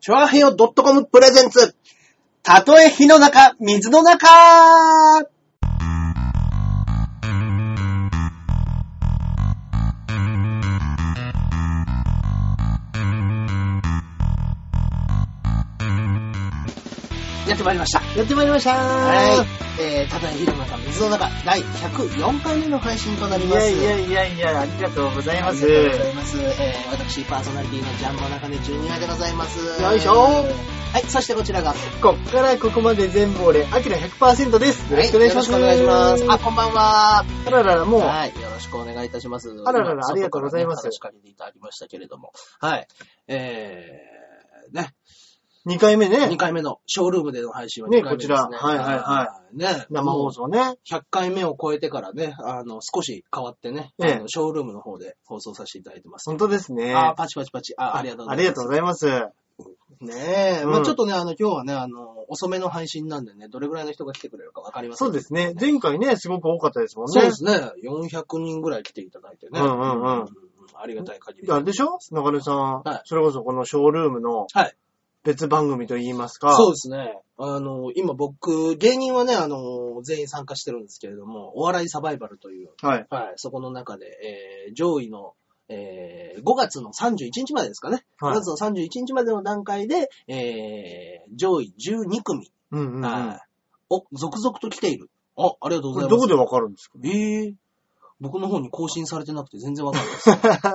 チョアヘヨ .com プレゼンツ。たとえ火の中、水の中やってまいりました。やってまいりました。はいえー、たとえ火の中、水の中、第104回目の配信となりいます。やいやいやいや、ありがとうございあまりす。がとうござはいます。えー、私、パーソナリティのジャンボ中根ジュニアでございます。よいしょはい、そしてこちらが、い、こっからここまで全部俺、アキラ100%です。よろしくお願いします。はよろしくお願いします。あ、こんばんは。あららら、もう、はい、よろしくお願いいたします。あららら今ありがとうございます外からね話しかけていただきましたけれども。はい。えー、ね、 2回目ね2、回目のショールームでの配信はね2回目ですね。。こちらはいはいはいね、生放送ね。 100回目を超えてからね、あの、少し変わってね、ええあのショールームの方で放送させていただいてます。本当ですね。あーパチパチパチ。あー、ありがとうございます。ありがとうございます。ねえ、うんまあちょっとね、あの、今日はね、あの、遅めの配信なんでね、どれぐらいの人が来てくれるかわかりません。そうですね。前回ね、すごく多かったですもんそね。うですね。400人ぐらい来ていただいてね。うんうんうんありがたい限り。あれでしょ中根さん、はいそれこそこのショールームのはい別番組といいますか。そうですね。あの、今僕、芸人はね、あの、全員参加してるんですけれども、お笑いサバイバルという、はい。はい、そこの中で、えー上位の、えー5月の31日までですかね。はい5月の31日までの段階で、えー上位12組、うんうんうん、はいお、続々と来ている。あ、ありがとうごこざいますれど。こでわかるんですかええ僕の方に更新されてなくて全然わかんない です。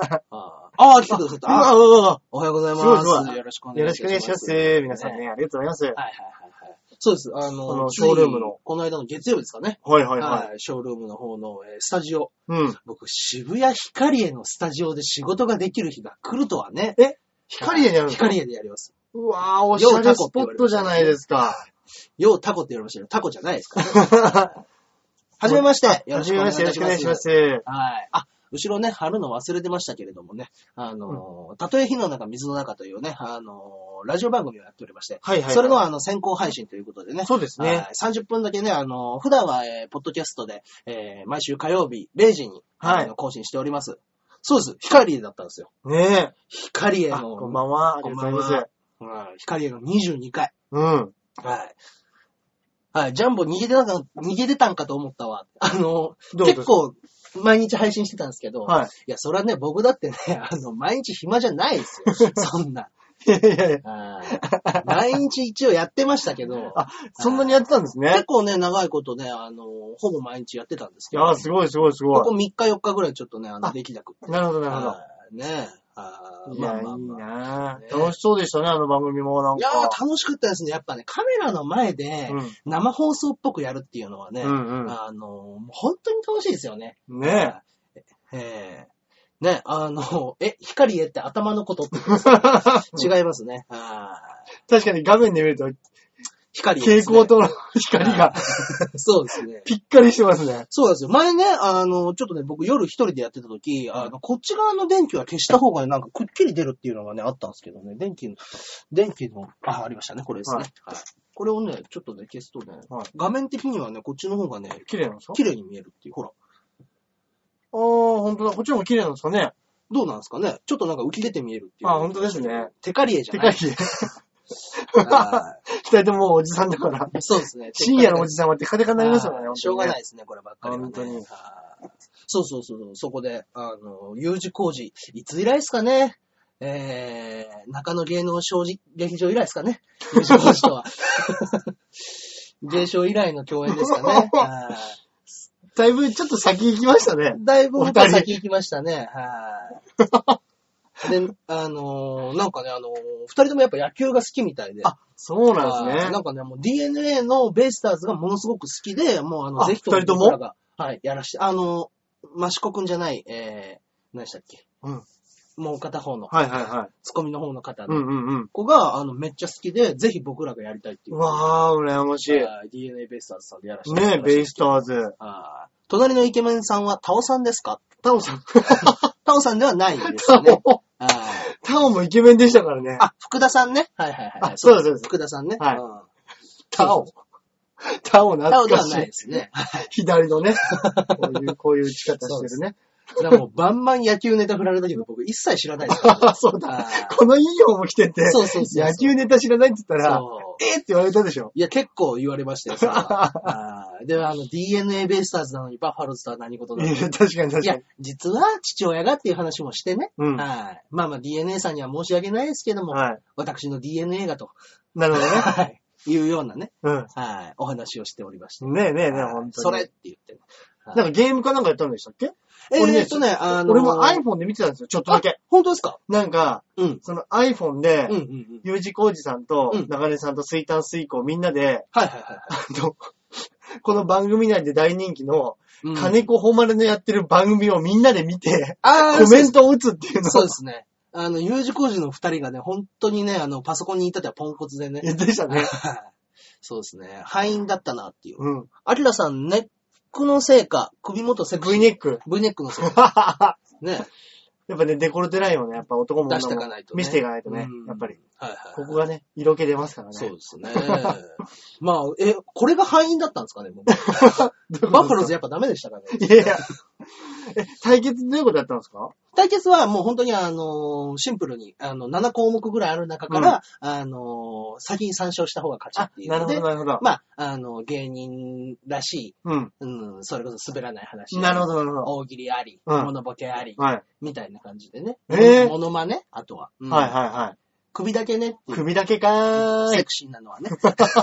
あーあー、来てくださった。あーうわうわうわおはようございます。すごいすごいよろしくお願いします。よろしくお願いします。皆さんねね、ありがとうございます。はいはいはいはい。そうです。あの、このついショールームのこの間の月曜日ですかね。はいはいは、はいショールームの方の、えースタジオ。い。うん。僕、渋谷ヒカリエのスタジオで仕事ができる日が来るとはね。光でやるんでヒすかカリエでやります。うわー、おしゃれスポットじゃないですか。ようタコって言われましたけど、タコじゃないですから、ね。はじめまして。よろ はしじくお願いめまいして、たよろししくおま。願いしますす。はい。あ、後ろね、貼るの忘れてましたけれどもね。あのー、たとえ火の中、水の中というね、あのー、ラジオ番組をやっておりまして、はいはい。それの、あの、先行配信ということでね。そうですねは。い30分だけね、あのー、普段は、えーポッドキャストで、えー毎週火曜日0時に、はいあの更新しております。そうです。ヒカリエだったんですよ。ねヒカリエえ。あ、の、こんばんは。ありがとうございはいヒカリエの22回。ます。はい。はい、ジャンボ逃げてたか、逃げてたんかと思ったわ。あのー、どういうことですか結構、毎日配信してたんですけど、うん。はいや、それはね、僕だってね、 あの、毎日暇じゃないです よ。そんな。い。いやいやいやはい毎日一応やってましたけど、 あそんなにやってたんです結ね。構ね、長いことね、あの、ほぼ毎日やってたんですけいやど、ー、すごいすごいすごこいこ。3日4日ぐらいちょっとね、あの、あできなくて。なるほど、なるほど。はいねあーいまあや、いまあいまあなねぁ。楽しそうでしたね、あの番組もなんいか。やー、楽しかったですね。やっぱね、カメラの前で、生放送っぽくやるっていうのはね、うんあの、もう本当に楽しいですよね。うん。ねえ。ええね、あの、 え、光絵って頭のことってえ。違いますね。あー 確かに画面で見ると、光絵ですね、蛍光灯の光がそうですね。ぴっかりしてますね。そうなんですよ。前ね、あの、ちょっとね、僕夜一人でやってた時、あの、こっち側の電気は消した方がね、なんかくっきり出るっていうのがね、あったんですけどね、電気の、電気の、あ、ありましたね、これですね。はい。これをね、ちょっとね、消すとね、はい画面的にはね、こっちの方がね、綺麗なんですか綺麗に見えるっていう、ほら、ああ、ほんとだ。こっちのも綺麗なんですかね。どうなんですかねちょっとなんか浮き出て見えるっていう。あ本当ですね。テカリエじゃでなかい。い。二は人ともおじさんだから。いそうですね。 深夜のおじじさんはテカテカになりますよね。しょうがないい。ですね、こればっかりはね。本当にはいそうそうそう、そこで、あの、U 字工事、いつ以来ですかねえー、中野芸能小劇場以来ですかね U 字工事 とは。芸商以来の共演ですかね。はいだいぶちょっと先行きましたね。だいぶお僕二人は先行きましたね。 はい。で、あのーなんかね、あのー二人ともやっぱ野球が好きみたいで。あ、そうなんですあーねな。んかね、もう DNA のベイスターズがものすごく好きで、もうあの、あぜひとも二人とも僕らが、はい、やらして、あの、マシコくんじゃない、えー、何でしたっけ。うん。もう片方の、はいはいはい。ツッコミの方の方うのんうんうん。子が、あの、めっちゃ好きで、ぜひ僕らがやりたいっていうう。わー、羨ましい。ねはい DNA ベイスターズさんでやらしてもらいえ、ましたベイスターズ。あー隣のイケメンさんはタオさんですかタオさん。 タオさんではないですタよね。オ、あータオもイケメンでしたからね。あ、福田さんね。はいはいはい。あそうですそうです福田さんね。はいうんタオ。タオタオ懐でかはしないいで。すね。 左のね。こういう、こういう打ち方してるね。だからもう、バンバン野球ネタ振られたけど、僕一切知らないですから。あそうだ。このユニフォーム着てて、そうそうそう。野球ネタ知らないって言ったら、そうえーって言われたでしょ。いや、結構言われましたよ、それはあーで、あの、DNA ベイスターズなのにバッファローズとは何事だいや確かに確いかやに。、実は父親がっていう話もしてね。うんはい。まあまあ DNA さんには申し訳ないですけども、はい。私の DNA がと、なるほど ね。はい。いうようなね、うん。はい。お話をしておりました。ねえねえねえ、はいほんとに。それって言ってね。なんかゲームかなんかやったんでしたっけえ俺ねーっとね、あのー、俺も iPhone で見てたんですよ、ちょっとだけ。本当ですかなんか、うん。その iPhone でうん、うんうん。 U 字工事さんとうん中根さんと水炭水耕みんなで、はいはいはいはい。あの、 この番組内で大人気のうん金子誉れのやってる番組をみんなで見て、あーコメントを打つっていうのそうでをすね。あの、U 字工事の二人がね、本当にね、あの、パソコンにいたってはポンコツでね。言ってまし たね。そうですね。敗因だったなっていう。うん。アキラさん、ネックのせいか、首元セクシ V ー。ネック。 V ネックのせいか。やね。っぱね、デコルテラインをね、やっぱ男 も出して女いかもないとね。見せていかないとねう、んやっぱり。。はいはいはい。ここがね、色気出ますからね。そうですね。 まあ、え、これが敗因だったんですかね、 もうバッファローズやっぱダメでしたからね。いやいや。え、対決どういうことだったんですか対決はもう本当にあのーシンプルに、あの、7項目ぐらいある中から、あのー先に参照した方が勝ちあっ、ていうなるのほでど、、なるほど。まあ、あの、芸人らしうん。い、うん、それこそ滑らない話。なるほど、なるほど。大喜利あり、うんモノボケあり、はい。みたいな感じでね。えーモノマネあとは。うんはい、はい、は首だけねってい。いう。首だけかーセい。クシーなの はね。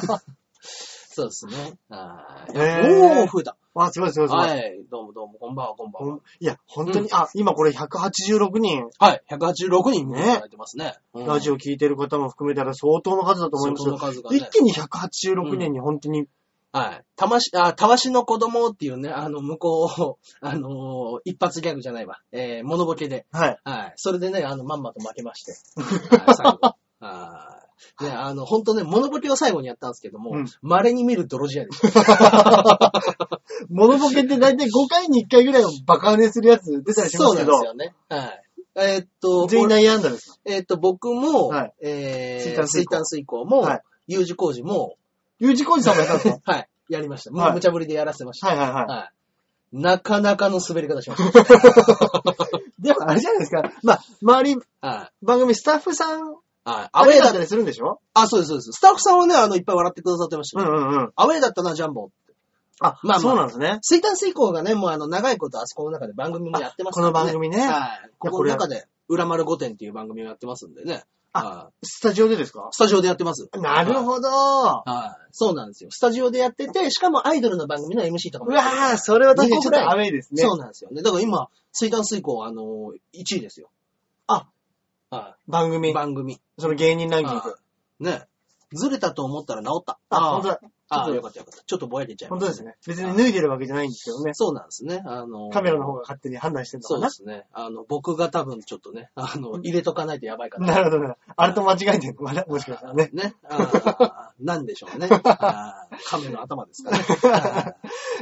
そうですね。はーいえーおー、ふだ。わ、すごい、すごい、すごい。はい。どうもどうも、こんばんは、こんばんほはん。いや、本当に、うあ、今これ186人、はい。186人ね、いただいてますね。うんラジオ聞いてる方も含めたら相当の数だと思います相よ当の数がね一気に186人に本当に、はい。たまし、あ、たわしの子供っていうね、あの、向こう、あのー一発ギャグじゃないわ。えー、物ボケで。はい。はい。それでね、あの、まんまと負けまして。はい、最後。はい。ね、あの、本当ね、物ボケを最後にやったんですけども、うん稀に見る泥仕合でした。モノボケって大体5回に1回ぐらいをバカネするやつ出たりしまそうすなけんですど、よね。はい。えーっと、全員内野安打ですかえーっと、僕も、はいえ水ー、炭水水炭水耕も、はい U 字工事も、 ?U 字工事さんもやったんですはい、やりました。もはうい無茶ぶりでやらせま した。かはいはいはい。はい。なかなかの滑り方しました。でもあれじゃないですか。まあ、周り、はい。番組スタッフさん、はい。アアウウェェイイだっだったた。りするんでしょあ、そうです、そうです。スタッフさんはね、あの、いっぱい笑ってくださってましたうけんど、うんうん。アウェイだったな、ジャンボ。あ、まあまあそうなんですね。水炭水耕がね、もうあの、長いことあそこの中で番組もやってますかこらのね。番組ね。はい。ここの中で、裏丸御殿っていう番組をやってますんでね。あはいスタジオでですかスタジオでやってます。なるほど。うはい。そうなんですよ。スタジオでやってて、しかもアイドルの番組の MC とかもやわってるぁ、それは確かにちょっとアウェイですね。そうなんですよね。だから今、水炭水耕、あの、1位ですよ。あ、は番い。組、番組。その芸人ランキング。はいね。ずれたと思ったら治った。あ、本当だ。ああ、ちょっとよかったよかった。ちょっとぼやけちゃいま本した当ですね。別に脱いでるわけじゃないんですけどね。そうなんですね。あの、カメラの方が勝手に判断してるのそかうなで。すね。あの、僕が多分ちょっとね、あの、入れとかないとやばいかな。なるほどなるほど。あれと間違えてるの かなもしかしたらね。ね。あーなんでしょ うね。あー亀の頭ですかね。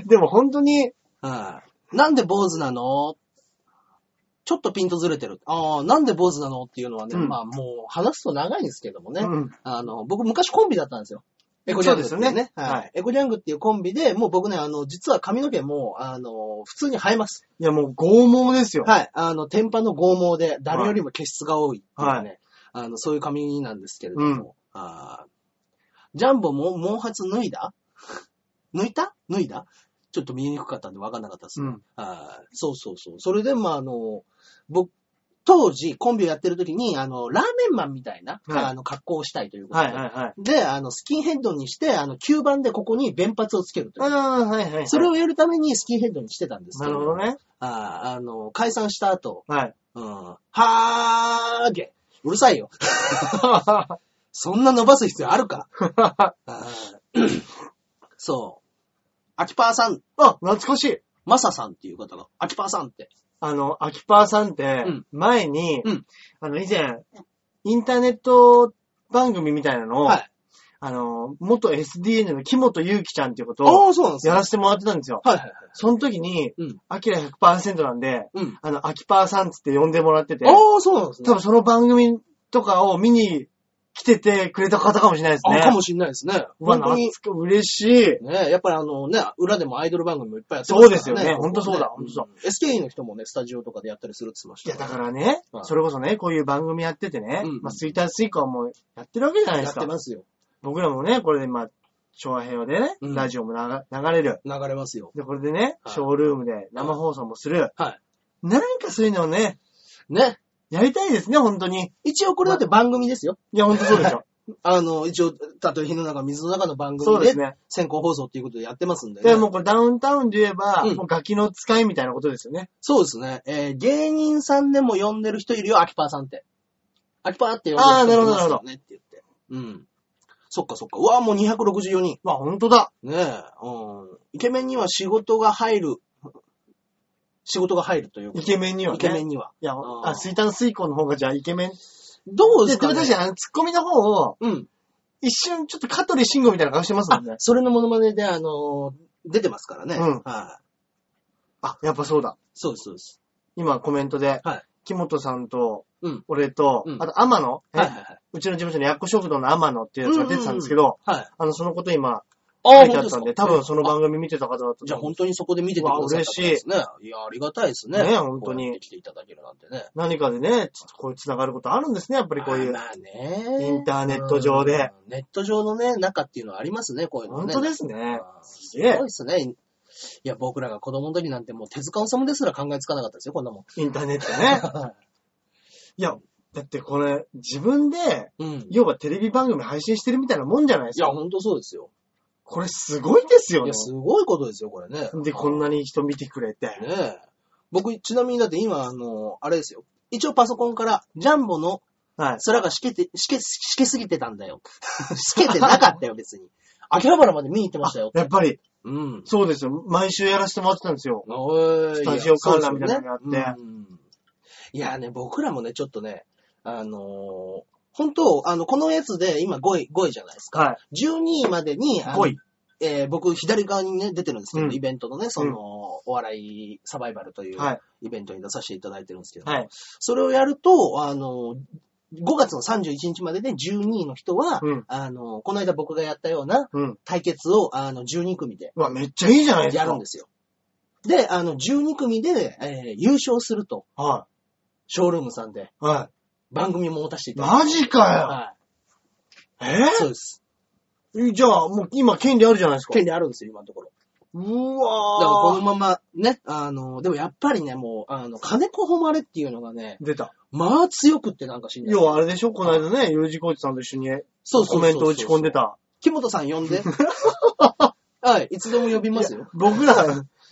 でも本当に、あーなんで坊主なのちょっとピントずれてる。ああ、なんで坊主なのっていうのはね、うんまあもう話すと長いんですけどもね。うんあの、僕昔コンビだったんですよ。エコジャングっていうそうですよねはい。はいエコジャングっていうコンビで、もう僕ね、あの、実は髪の毛も、あの、普通に生えます。いやもう拷問ですよ。はい。あの、天パの剛毛で、誰よりも毛質が多いっていうね、あの、そういう髪なんですけれども、あージャンボも毛髪脱いだ抜いた脱いだちょっと見えにくかったんで分かんなかったですうね、ん。あーそうそうそう。それで、まあ、あの、僕、当時、コンビをやってる時に、あの、ラーメンマンみたいな、はいあの、格好をしたいということで、はいはいはい。で、あの、スキンヘッドにして、あの、吸盤でここに弁髪をつけるという。ああ、はいはいはい。それをやるためにスキンヘッドにしてたんですけなど。るほどね。あーあの、解散した後、 はい。うん、はーげ。うるさいよ。そんな伸ばす必要ある か。あーそう。アキパーさん、あ、懐かしい。マサさんっていう方が、アキパーさんって。あの、アキパーさんってうん、前に、うんあの、以前、インターネット番組みたいなのを、はい。あの、元 SDN の木本ゆうきちゃんっていうことをああ、そうなんですやねらせてもらってたんですよ。はいはいはい。その時にうん、アキラ100%なんで、うん。あの、アキパーさんつって呼んでもらってて、ああ、そうなんですね多。分その番組とかを見に来ててくれた方かもしれないですあ、ね。かもしれないですね。うわ本当に。懐か嬉しい。ねやっぱりあのね、裏でもアイドル番組もいっぱいやってますから。そうですよね本当そうだ本当そううん SKE の人もね、スタジオとかでやったりするって言ってましいたや、だからね、はいそれこそね、こういう番組やっててね、うんまあ、スイタースイカはもうやってるわけじゃないでやすってか。ますよ。僕らもね、これでまあ、昭和平和でね、うんラジオもなが流れる。流れますよ。で、これでね、はいショールームで生放送もする。はなんかそういうのをね、い。ね。やりたいですね、本当に。一応これだって番組ですよ。いや、本当そうでし ょ。あの、一応、たとえ火の中、水の中の番そう組ですで、ね。先行放送っていうことでやってますんで、ね。でもうこれダウンタウンで言えば、うんもうガキの使いみたいなことですよね。そうですね。えー芸人さんでも呼んでる人いるよ、アキパーさんって。アキパーって呼んでる人あーなるほどいますよねって言って。うん。そっかそっか。うわ、もう264人。まあ、本当だ。ねえ、うん。イケメンには仕事が入る。仕事が入るというイか。ケメンにはね。イケメンには。いや、んあ、スイタースイコの方がじゃあイケメン。どうでで、すでか、もね、確かにあの、ツッコミの方を、うん。一瞬ちょっと香取慎吾みたいな顔してますもあんね、。それのモノマネで、あのー出てますからね。うんはい。あ、やっぱそうだ。そうです、そうです。今コメントで、はい木本さんとうん、俺と、うんあと天野、はいはいはうちの事務所の薬庫食堂の天野っていうやつが出てたんですけど、い。はい。あの、そのこと今あ書あ、いて本当あっですたんかで、多分その番組見てた方だと。じゃあ本当にそこで見ててくださったんですね。いや、ありがたいですね。ね本当にこうやって来ていただけるなんてね。何かでね、ちょっとこういう繋がることあるんですね、やっぱりこういう。まあね。インターネット上でうん。ネット上のね、中っていうのはありますね、こういうの本ね。当ですすね。すすげえごいですね。いや、僕らが子供の時なんてもう手塚治虫ですら考えつかなかったですよ、こんなもん。 インターネットね。いや、だってこれ、自分で、うん。い要はテレビ番組配信してるみたいなもんじゃないですや、か。ほんとそうですよ。これすごいですよいねや、。すごいことですよ、これね。で、こんなに。に人見てくれて。ねえ。僕、ちなみにだって今、あの、あれですよ。一応パソコンから、ジャンボのはい。空がしけて、しけ、しけすぎてたんだよ。 しけてなかったよ、別に。秋葉原まで見に行ってましたよ。やっぱり、うん。そうですよ。毎週やらせてもらってたんですよ。ススタジオ観覧みたいなのがあっていやね、僕らもね、ちょっとね、あのー本当、あの、このやつで今5位、5位じゃないですか。はい。 12位までに、あの5位。えー僕、左側にね、出てるんですけど、うんイベントのね、その、お笑いサバイバルというはい。イベントに出させていただいてるんですけど、はい。それをやると、あの、5月の31日までで12位の人は、うん あの、この間僕がやったようなうん。対決を、あの、12組でうわ、めっちゃいいじゃないですか。やるんですよ。で、あの、12組で、えー優勝すると、はショールームさんでい。は番組も持たせていい。ただいマジて。かはよ。い。そうえです。ーじゃあ、もう今、権利あるじゃないですか。権利あるんですよ、今のところ。うだからこわのー。ままね、あの、でもやっぱりね、もう、あの、金子誉れっていうのがね、出た。まあ強くってなんか死んで要はあれでしょこの間ね、U 字工事さんと一緒にそうコメント打ち込んで。た。木本さん呼ん で。はい、いつでも呼びますよ。僕ら、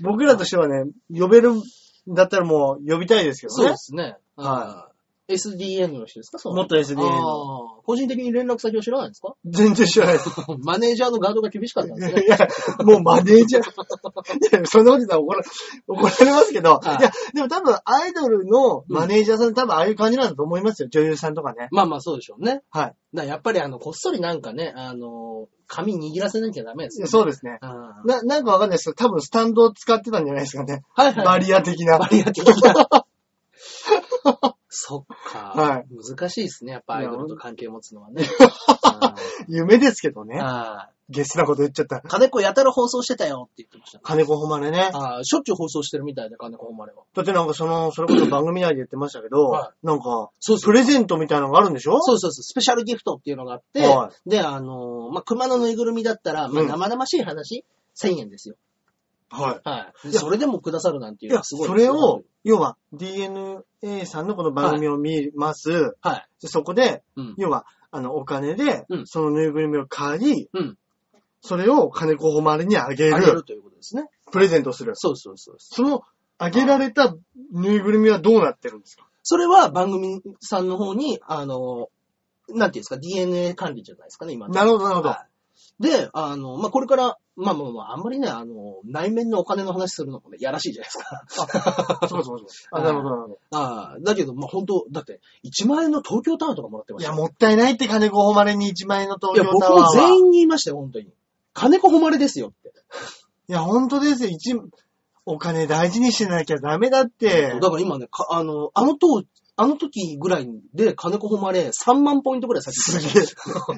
僕らとしてはね、呼べるんだったらもう呼びたいですけそうどでね。すね。。はい SDN の人ですかそう。もっと SDN の。あー個人的に連絡先を知らないんですか全然知らないです。 マネージャーのガードが厳しかったんですね。いや、もうマネージャー。いや、そんなこと言ったら怒ら怒られますけど、はいい、や、でも多分アイドルのマネージャーさん、多分ああいう感じなんだと思いますよ。女優さんとかね。まあまあそうでしょうね。はい。だからやっぱりあの、こっそりなんかね、あの、髪握らせなきゃダメですよ、ね。そうですね。あーな、なんかわかんないですけど、多分スタンドを使ってたんじゃないですか ね。はいはい。バリア的な。バリア的な。 そっか。はい難しいですね。やっぱアイドルと関係持つのはね。夢ですけど うんね。あゲスなこと言っちゃったー。金子やたら放送してたよって言ってましたね。金子誉れね。あーしょっちゅう放送してるみたいで、金子誉れは。だってなんかその、それこそ番組内で言ってましたけど、はなんか、そうプレゼントみたいなのがあるんでしょそうそうそう、スペシャルギフトっていうのがあって、はで、あのーまあ、熊のぬいぐるみだったら、まあ、うん生々しい話、1000円ですよ。ははい。いやそれでもくださるなんてい。いのいうや、はすごい。それを、、要は DNA さんのこの番組を見ます。はい。でそこで、うん。要は、あの、お金でう、んそのぬいぐるみを買い、うんそれを金子誉れにあげあげるる。ということですね。プレゼントする。そうそうそうそう。その、あげられたぬいぐるみはどうなってるんですかそれは番組さんの方に、あのーなんていうんですか、DNA 管理じゃないですかね、今の。なるほど、なるほど。はいで、あの、まあ、これから、まあまあまあ、あんまりね、あの、内面のお金の話するのもね、やらしいじゃないですか。そうそうそう。はあ、いなるほど、なるほああ、だけど、まあ、本当だって、1万円の東京タワーとかもらってど。まいしたや、よ。もったいないって金子誉れに1万円の東いや、京僕タワーもは。全員に言いましたよ、本当に。金子誉れですよって。いや、本当ですよ。一、お金大事にしなきゃダメだって。だから今ね、かあの、あの当、あの時ぐらいで金子誉れ3万ポイントぐらい先すげえ。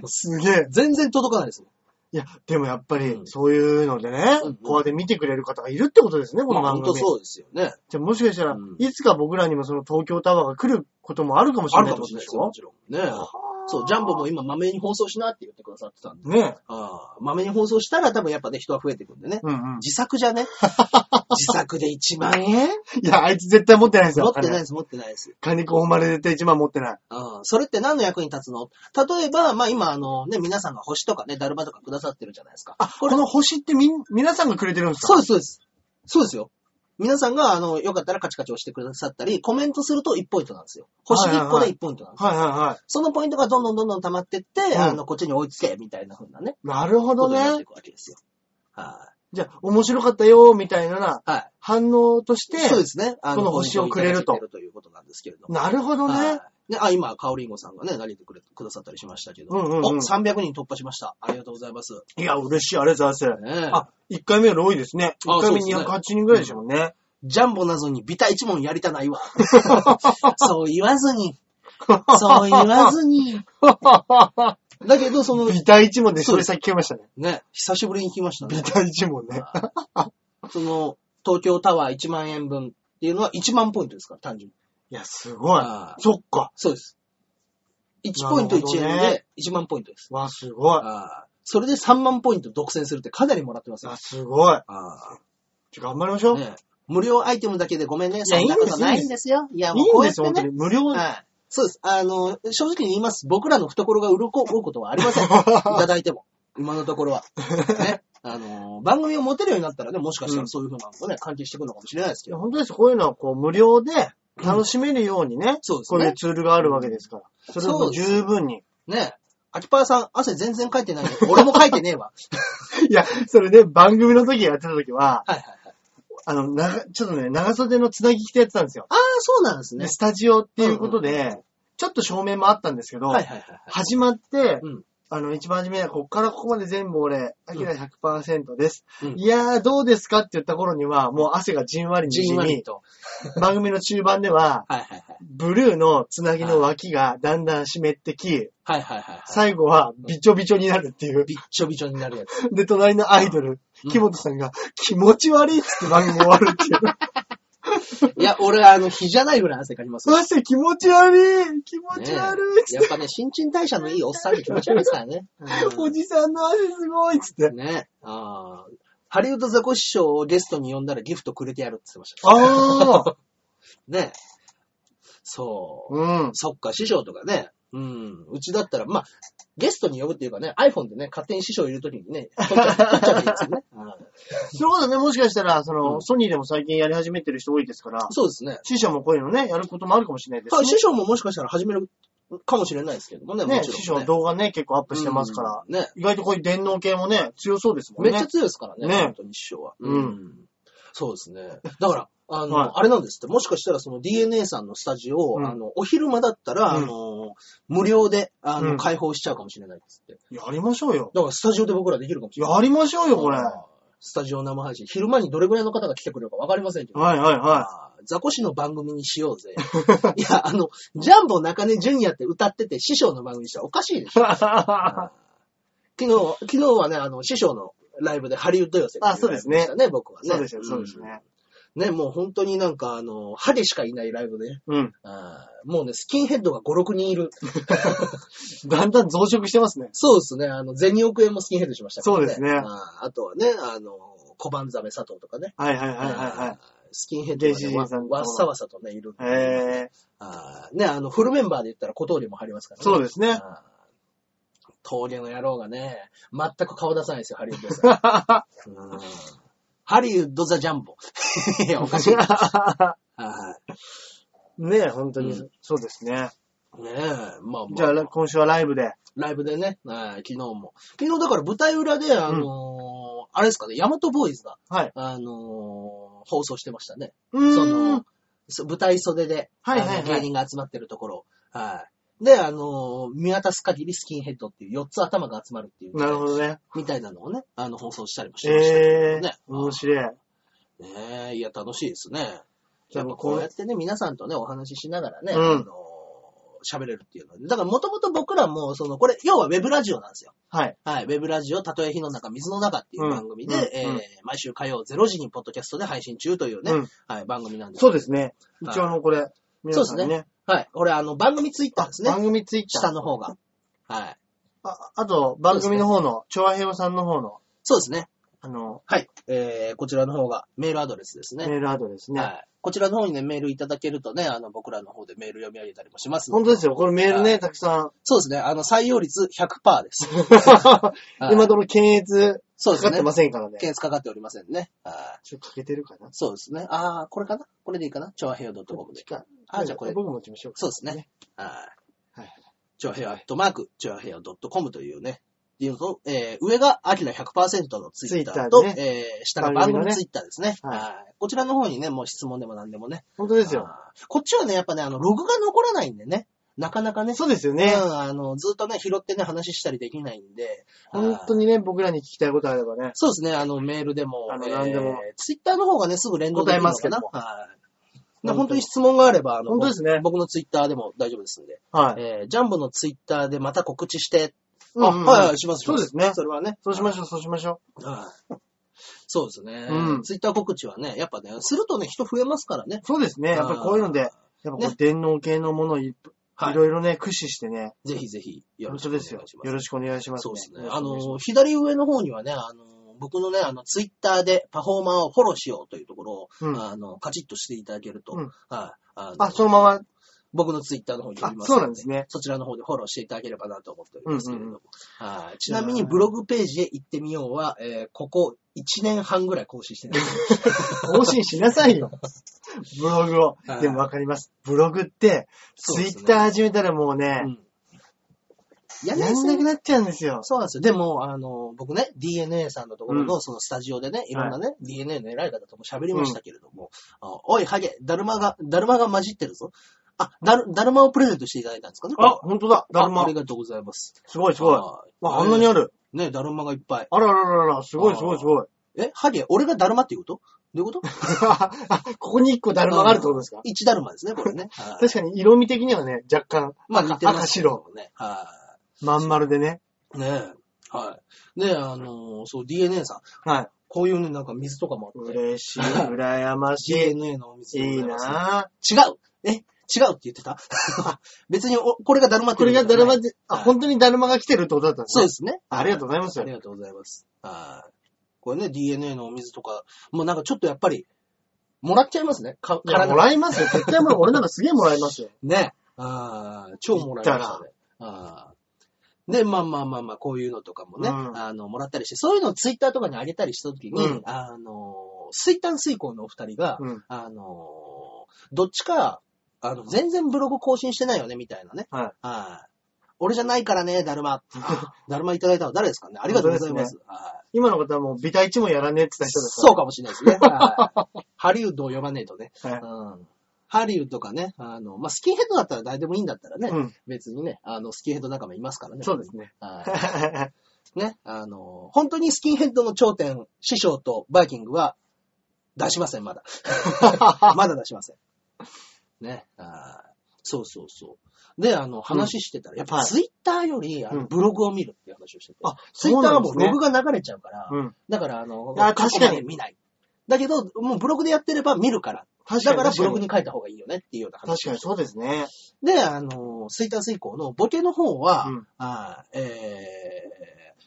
すげえ。全然届かないですもん。いや、でもやっぱりう、んそういうのでね、うんうんこうやって見てくれる方がいるってことですね、このまあ番本組。当そうですよね。じゃあもしかしたら、うんいつか僕らにもその東京タワーが来ることもあるかもしあれるないっかてもこしとれないでですよ、もちろしょんね。そう、ジャンボも今、まめに放送しなって言ってくださってたんで。ねえ。ああ、まめに放送したら多分やっぱね、人は増えてくんでね。うんうん。自作じゃ ね。自作で1万円いや、あいつ絶対持ってないですよ。持ってないい。です、持ってないです。カニコホマレ絶対1万持ってない。うん。それって何の役に立つの例えば、まあ今、あのね、皆さんが星とかね、だるまとかくださってるじゃないですか。この星ってみん、皆さんがくれてるんですかそうです、そうです。そうですよ。皆さんが、あの、よかったらカチカチ押してくださったり、コメントすると1ポイントなんですよ。星1個で1ポイントなんですよ。はいはいはそのポイントがどんどんどんどん溜まってって、んあの、こっちに追いつけ、みたいな風なね。い。なるほどことになっねてい。くわけですよ。はじゃあ、面白かったよ、みたいなはい反応として、い。そうですね。あこの星をくれるポとイントをいただいてということなんですけれども。なるほどはいね。。ね、あ、今、カオリンゴさんがね、投げてくれ、くださったりしましたけど。うんうんうんお、300人突破しました。ありがとうございます。いや、嬉しい。ありがとうございます。ねえあ、1回目より多いですね。あ1回目そうですね208人ぐらいでしたもんね。ジャンボなぞにビタ一問やりた ないわ。そう言わずに。そう言わずに。 だけど、その、ビタ1問でそそうれですさっき聞きましたね。ね、久しぶりに聞きましたビね。タ1問ね。その、東京タワー1万円分っていうのは1万ポイントですから、単純に。いや、すごいあ。ーそっか。そうです。1ポイント1なるほ円どねで1万ポイントです。わ、すごい。あーそれで3万ポイント独占するってかなりもらってますよあ、。すごい。あちょ頑張りましょーう。いね無料アイテムだけでごめんね。やそんなことないんですよ。いや、もういこんうやでっすてよ、本当ねに。。無料。はい。そうです。あの、正直に言います。僕らの懐が鱗こうことはあり ません。いただいても。今のところは。ね。あの、番組を持てるようになったらね、もしかしたらそういうふうなのもね、関係してくるのかもしれないですいけやど。本当です。こういうのはこう無料で楽しめるようにね、そうですこういうね。ツールがあるわけですから。それそもうです十分に。ね。秋パーさん、汗全然かいてないね。俺もかいてねえわ。いや、それね、番組の時やってた時は、 はいはいはい。あの、長ちょっとね、長袖のつなぎ着てやってたんですよ。ああ、そうなんですねで。スタジオっていうことで、ちょっと照明もあったんですけど、はいはいはい。始まって、うんあの、一番初め、こっからここまで全部俺、アキラ100%です。うんいやー、どうですかって言った頃には、もう汗がじんわりにじじんわみり、と。番組の中盤では、はいはいはい。ブルーのつなぎの脇がだんだん湿ってき、はいはいはいはい。最後はびちょびちょになるっていう。びっちょびちょになるやつ。で、隣のアイドル、うん木本さんが気持ち悪いっつって番組終わるっていう。いや、俺、あの、日じゃないぐらい汗かきますよ。そして気持ち悪い気持ち悪いっつやっっぱね、新陳代謝のいいおっさんって気持ち悪いですから ね。て、おじさんの汗すごいっつって。ね。ああ。ハリウッドザコシショウをゲストに呼んだらギフトくれてやるって言ってました。ああね。そう。うん。そっか、師匠とかね。うん。うちだったら、まあ、ゲストに呼ぶっていうかね、iPhone でね、勝手に師匠いるときにね、撮っちゃ撮っちゃっていいですよ ね。うんそういうことね、もしかしたら、その、うんソニーでも最近やり始めてる人多いですから、そうですね。師匠もこういうのね、やることもあるかもしれないですはい、師ね。匠ももしかしたら始めるかもしれないですけどもね、もね、ちろん、ね。師匠動画ね、結構アップしてますから、うんね。意外とこういう電脳系もね、強そうですもんめね。っちゃ強いですからね、ね本当に師匠は。うんそうですね。だから、あの、はいあれなんですって、もしかしたらその DNA さんのスタジオを、うんあの、お昼間だったら、うんあの、無料で、あの、うん開放しちゃうかもしれないですって。やりましょうよ。だからスタジオで僕らできるかもしれやない。りましょうよ、これ。はスタジオ生配信。昼間にどれぐらいの方が来てくれるかわかりませんけいど。はい はあーザコシの番組にしようぜ。いや、あの、ジャンボ中根ジュニアって歌ってて師匠の番組にしたらおかしいでしょ。 い。昨日、昨日はね、あの、師匠のライブでハリウッド寄せっていあそうですねライブしたね、僕はね。そうですよ、そうですんね。ね、もう本当になんか、あの、歯でしかいないライブでね。うん。あーもうね、スキンヘッドが5、6人いる。だんだん増殖してますね。そうですね。あの、銭億円もスキンヘッドしましたからね。そうですねあーあとはね、あの、小判ザメ佐藤とかね。はいはいはいはあースキンヘッドが、原ね始人さんとかわ、わっさわさとね、いる。いはい。えー、あーね、あの、フルメンバーで言ったら小峠も入りますからね。そうですね。あー峠の野郎がね、全く顔出さないですよ、ハリウッドさん。 うんハリウッドザジャ ンボ。いや、おかしいな。は ねえ、本当に、うんそうですね。いねえ、まあまあ。じゃあ、今週はライブで。ライブでね、はい昨日も。昨日だから舞台裏で、あのーあれですかね、ヤマトボーイズが、はい。あのー放送してましたね。うーんその、そ舞台袖で、はいはいはいあの芸人が集まってるところ。はい。で、あのー見渡す限りスキンヘッドっていう4つ頭が集まるっていう、なるほどね。みたいなのをね、あの、放送したりもしてましたけえどーね。、面白い。ねえ、いや、楽しいですね。やっぱこうやってね、皆さんとね、お話ししながらね、うんあの、喋れるっていうので。だからもともと僕らも、その、これ、要はウェブラジオなんですよ。はい。はい。ウェブラジオ、たとえ火の中、水の中っていう番組で、うんうんえーうん毎週火曜0時にポッドキャストで配信中というね、うんはい、番組なんです。そうですね。はい一応あの、これ、皆さんにね。はい。これ、あの、番組ツイッターですね。番組ツイッター。下の方が。はい。あ、あと、番組の方の、調和平和さんの方の、そうですね。あの、はい。えー、こちらの方がメールアドレスですね。メールアドレスね。はい。こちらの方にね、メールいただけるとね、あの、僕らの方でメール読み上げたりもしますので本当ですよ。これメールはね、いたくさそうですね。あの、採用率100%です。 ん。 今と、どの検閲そうでかすかっねて。ませんからね。検閲かかっておりませんね。はいちょっとかけてるかなそうですね。あー、これかなこれでいいかな超平洋 .com で。か。あー、じゃあこれ。僕も持ちましょうか。そうですねね。はいはい。超平洋アットマーク、超平洋 .com というね。っていうのと、えー、上がアキラ100%のツイッターと、ツイッターでえー、下が番番組の組ねツイッターですね。はいはい。こちらの方にね、もう質問でも何でもね。本当ですよ。あーこっちはね、やっぱね、あの、ログが残らないんでね。なかなかね。そうですよね。うん、あの、ずっとね、拾ってね、話したりできないんで。本当にね、僕らに聞きたいことあればね。そうですね、あの、メールでも、あの何でもツイッターの方がね、すぐ連動できるのかな。答はい。で本当に質問があれば、あの、本当ですね僕のツイッターでも大丈夫ですんで、はい。えージャンボのツイッターでまた告知して、うんうんうんあ、はいはい、します、しそまうですねそれはね。そうしましょう、そうしましょはい。そうですね。うんツイッター告知はね、やっぱね、するとね、人増えますからねう。。そうですね。やっぱりこういうので、やっぱこねう電脳系のものをいいはいろいろね、駆使してね、ぜひぜひ、よろ本しく当お願いですしよま。す。よろしくお願いします。そうですね。ああの、の、左上の方にはね、あの、僕のね、あの、ツイッターでパフォーマーをフォローしようというところを、うんあの、カチッとしていただけると、うんはい。あのあ、そのまま、僕のツイッターの方に飛びますあそうなんですねそちらの方でフォローしていただければなと思っておりますけれども。うんはいちなみにブログページへ行ってみようは、えーここ1年半ぐらい更新してない。更新しなさ いよ。ブログをはい。でもわかります。ブログって、そうツでイすねッター始めたらもうねう、ん。やんないでやんすなねく。なっちゃうんですよ。そうなんですよ。でも、あの、僕ね、DNA さんのところうの、そのスタジオでね、いろんなね、DNA の偉い方とも喋りましたけれども、あおい、ハゲ、だるまが、だるまが混じってるぞ。あ、だる、だるまをプレゼントしていただいたんですかねあ、本当だ。だるああまり。がとうございます。すごいすごい。はわ、あんなにある。ね、だるまがいっぱい。あららららら、すごいすごいすごい。え、ハゲ、俺がだるまっていうことどう いうことあここに一個だるまがあるってことですか一だるまですね、これね。はい 確かに色味的にはね、若干、まあ赤似てま赤すけど白、ね。はまん丸でね。い。ねえ。はい。ねえ、あの、そう、DNA さん。はい。こういうね、なんか水とかもあって。嬉しい、羨ましい。 DNA のお水でごいざいます なぁ。違うえ違うって言ってた 別にお、これがだるまってこ言れうこがとじゃだないるまで、あ、本当にだるまが来てるってことだったんですそうね。ですね。ありがとうございますあり。がとうございます。はい。これね、DNA のお水とか、もうなんかちょっとやっぱり、もらっちゃいますね。か、いや体もがらいますよ。絶対もらう。俺なんかすげえもらい ますよ。ね。ああ、超もらいましたね。あーで、まあまあまあまあ、こういうのとかもね、うんあの、もらったりして、そういうのをツイッターとかにあげたりしたときに、うんあの、水炭水耕のお二人が、うん。あのーどっちか、あの、全然ブログ更新してないよね、みたいなね。はい。はい。俺じゃないからね、だるま。 だるまいただいたの誰ですかねありがとうございます。はい今の方はもうビタ一もやらねえって言った人ですそうかもしれないです ね。はいハリウッドを呼ばねえとね。から。はいうんハリウッドかね、あの、まあ、スキンヘッドだったら誰でもいいんだったらね、うん別にね、あの、スキンヘッド仲間いますからね。そうで すね。ははいね、あの、本当にスキンヘッドの頂点、師匠とバイキングは出しません、 まだ。まだ出しません。ね。あーそうそうそう。で、あの、話してたら、やっぱはいツイッターより、あうのんブログを見るっていう話をしてて。あ、ツイッターはもうそうなロんグですねが流れちゃうから、うん。だから、あの、あー確かに過去まで見ない。だけど、もうブログでやってれば見るから。確かだに。からブログに。に書いた方がいいよねっていうような確話かをにして。そうですね。で、あの、ツイッター水降のボケの方は、うんあーえ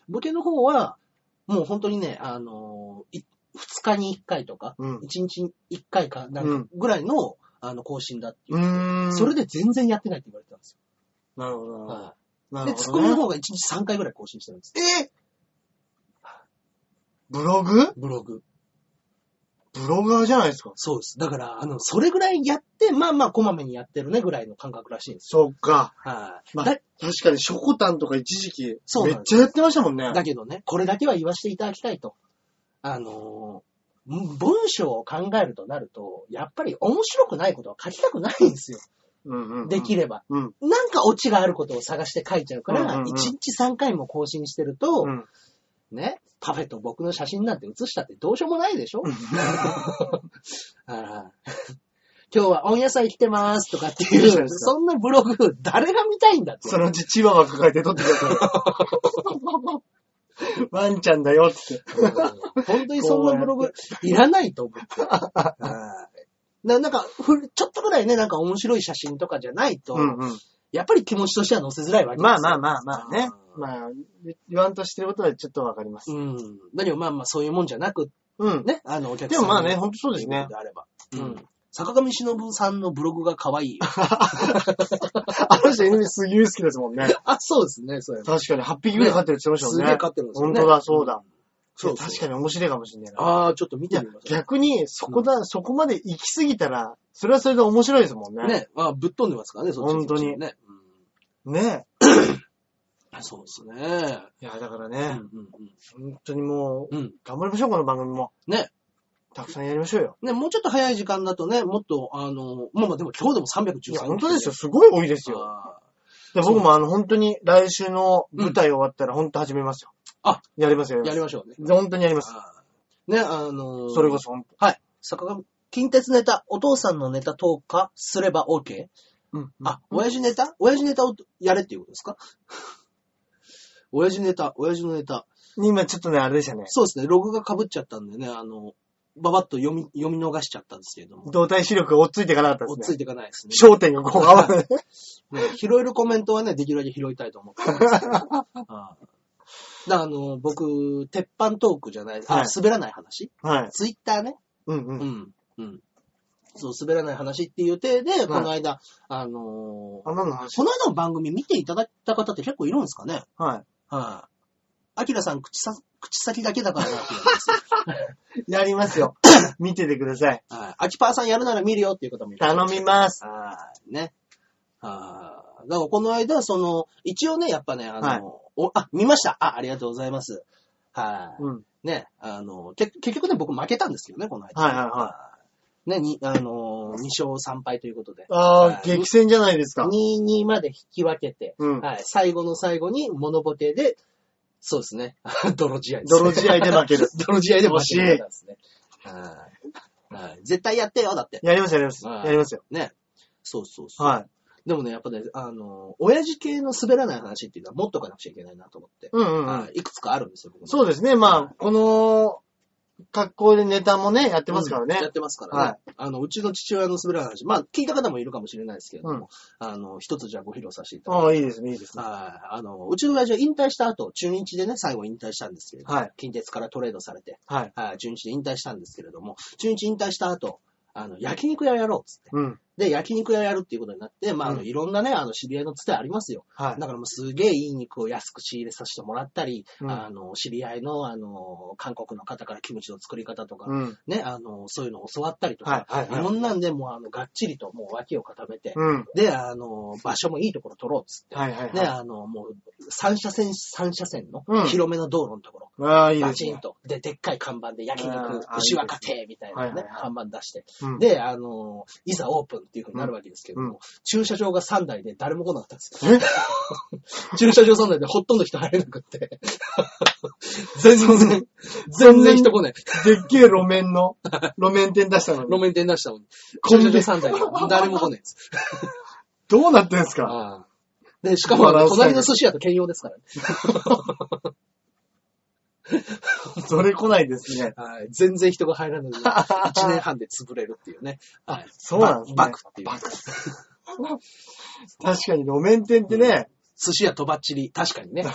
ー、ボケの方は、もう本当にね、あの、い二日に一回とか、うん。一日に一回かなんかぐらいの、あの、更新だっていうう。ーん。それで全然やってないって言われてたんですなるほどよ。な。はないるで、ほツッどコねミの方が1日3回ぐらい更新してるんです。えブログブログ。ブロガーじゃないですか。そうです。だから、あの、それぐらいやって、まあまあ、こまめにやってるねぐらいの感覚らしいんですそっか。よ。はい、まあだ。確かに、ショコタンとか一時期、そうめなんっでちゃやってましたもんね。だけどね、これだけは言わせていただきたいと。あのーん文章を考えるとなると、やっぱり面白くないことは書きたくないんですよ。うんうんうんできれば。うん。なんかオチがあることを探して書いちゃうから、うんうんうん1日3回も更新してると、うん。ね、パフェと僕の 写真なんて写したってどうしようもないでしょあら今日は温野菜来てますとかっていう そうで、すそんなブログ、誰が見たいんだって。そのうちチワワ抱えて撮ってくだ さい。ワンちゃんだよって。 本当にそんなブログいらないと思って。はいななんか、ふるちょっとぐらいね、なんか面白い写真とかじゃないと、うん。やっぱり気持ちとしては載せづらいわけですよまあまあまあまあね。まあ、言わんとしてることはちょっとわかります。うん。何もまあまあそういうもんじゃなくうん。ね、あの、お客でさんもにまあね、ほんとそうですね。あれば。ううんん。坂上忍さんのブログが可愛いよ。あの人、犬すげえ好きですもんね。 あ、そうですね、そうや。確かに、8匹ぐらい飼ってるって言ってましすたげえもん買ね。ってるんですよ本ね。当だ、そうだ。そういやそう確かに面白いかもしれないな。ああ、ちょっと見いてやみま、しょ逆に、そこだ、そこまで行き過ぎたら、それはそれで面白いですもんう。ね。ね、まあ、ぶっ飛んでますからね、そっち本当にね。うんね。あそうですね。いや、だからうんね、本当にもうう、んうん。うん。頑張りましょう、この番組も。ね。たくさんやりましょうよ。ね、もうちょっと早い時間だとね、もっと、あの、まあまあでも今日でも313いや、本当ですよ。すごい多いですよ。あで僕もあの、本当に来週の舞台終わったら、本当始めますよ。あやりますよ、ーやりまましょうね。す。本当にやります。あーね、あのーそれこそ、本当。はい。坂上、近鉄ネタ、お父さんのネタ投下すれば OK? うん。あ、親父ネタ親父ネタをやれっていうことですか親父ネタ、親父のネタ。今ちょっとね、あれでしたね。そうですね、ログが被っちゃったんでね、あの、ババッと読み、読み逃しちゃったんですけれども。動体視力が追っついていかなかったおっでつすいね。ていかないですね。焦点がこう合わない。ね 拾えるコメントはね、できるだけ拾いたいと思って ますけど。あーだからあの、僕、鉄板トークじゃない、あ、はい滑らない話 はい。ツイッターね。うんうん。うん。うん。そう、滑らない話っていう体で、この間、あのーあ、何の話この間の番組見ていただいた方って結構いるんですかねははい。アキラさん口さ、口先だけだからなって言うんですい。やります よ。見ててください。 よ。はい。アキパーさんやるなら見るよっていう方もいる。頼みます。はい。ね。はい。だからこの間、その、一応ね、やっぱね、あの、はいおあ、見ました。あ、ありがとうございます。はい。うん。ね、あの、け結局ね、僕負けたんですけどね、この間。。はいはいはいね、に、あの、2勝3敗ということで。ああ、激戦じゃないですか。 2-2まで引き分けて、うんはい、最後の最後にモノボケで、そうですね、 泥仕合です、ね。泥試合で負ける。 泥仕合で負け惜しいる方ですね。はいはい。絶対やってよ、だって。やりますやります。はいやりますよ。ね。そうそうそう。はい。でもね、やっぱね、あの、親父系の滑らない話っていうのは持っとかなくちゃいけないなと思って。うんうんうん。はいいくつかあるんですよ、僕もそうですね。まあ、この格好でネタもね、やってますからやねっ。てますからね。あの、うちの父親の滑らない話、まあ、聞いた方もいるかもしれないですけれども、あの、一つじゃあご披露させていただきああ、いいですね、いいですね。はい。あの、うちの親父は引退した後、中日でね、最後引退したんですけれども、はい近鉄からトレードされて、はい。はい、中日で引退したんですけれども、中日引退した後、あの、焼肉屋やろうっつって。うん。で、焼肉屋やるっていうことになって、まあ、あの、うんいろんなね、あの、知り合いのつてありますよ。はだからもうすげえいい肉を安く仕入れさせてもらったり、うんあの、知り合いの、あの、韓国の方からキムチの作り方とか、い。うん。ね、あの、そういうのを教わったりとはいか、。はいい。はいろんなんで、もうあの、がっちりともう脇を固めて、うん。で、あの、場所もいいところ取ろうっつって、はいはいね、はい。あの、もう、三車線、三車線のうん、広めの道路のところ、ああ、いいバですチンね。と、で、でっかい看板で焼あー肉、あー牛若亭みたいなはいはねい、はい看板出して、うんで、あの、いざオープンっていう風になるわけですけどうんうも、駐車場が3台で誰も来なかったんですえ よ。駐車場3台でほとんど人入れなくって。全然、全然人来ない。でっけえ路 面の、路面店出したの路に。面店出したのに。コ駐ンビ車場3台で誰も来ないです。どうなってんすかああで、しかもあの、隣の寿司屋と兼用ですからね。それ来ないですね。はい。全然人が入らないので、1年半で潰れるっていうね。はい。そうなんですねバクバクっていう。確かに路面店ってね。寿司屋とばっちり。確かにね。へ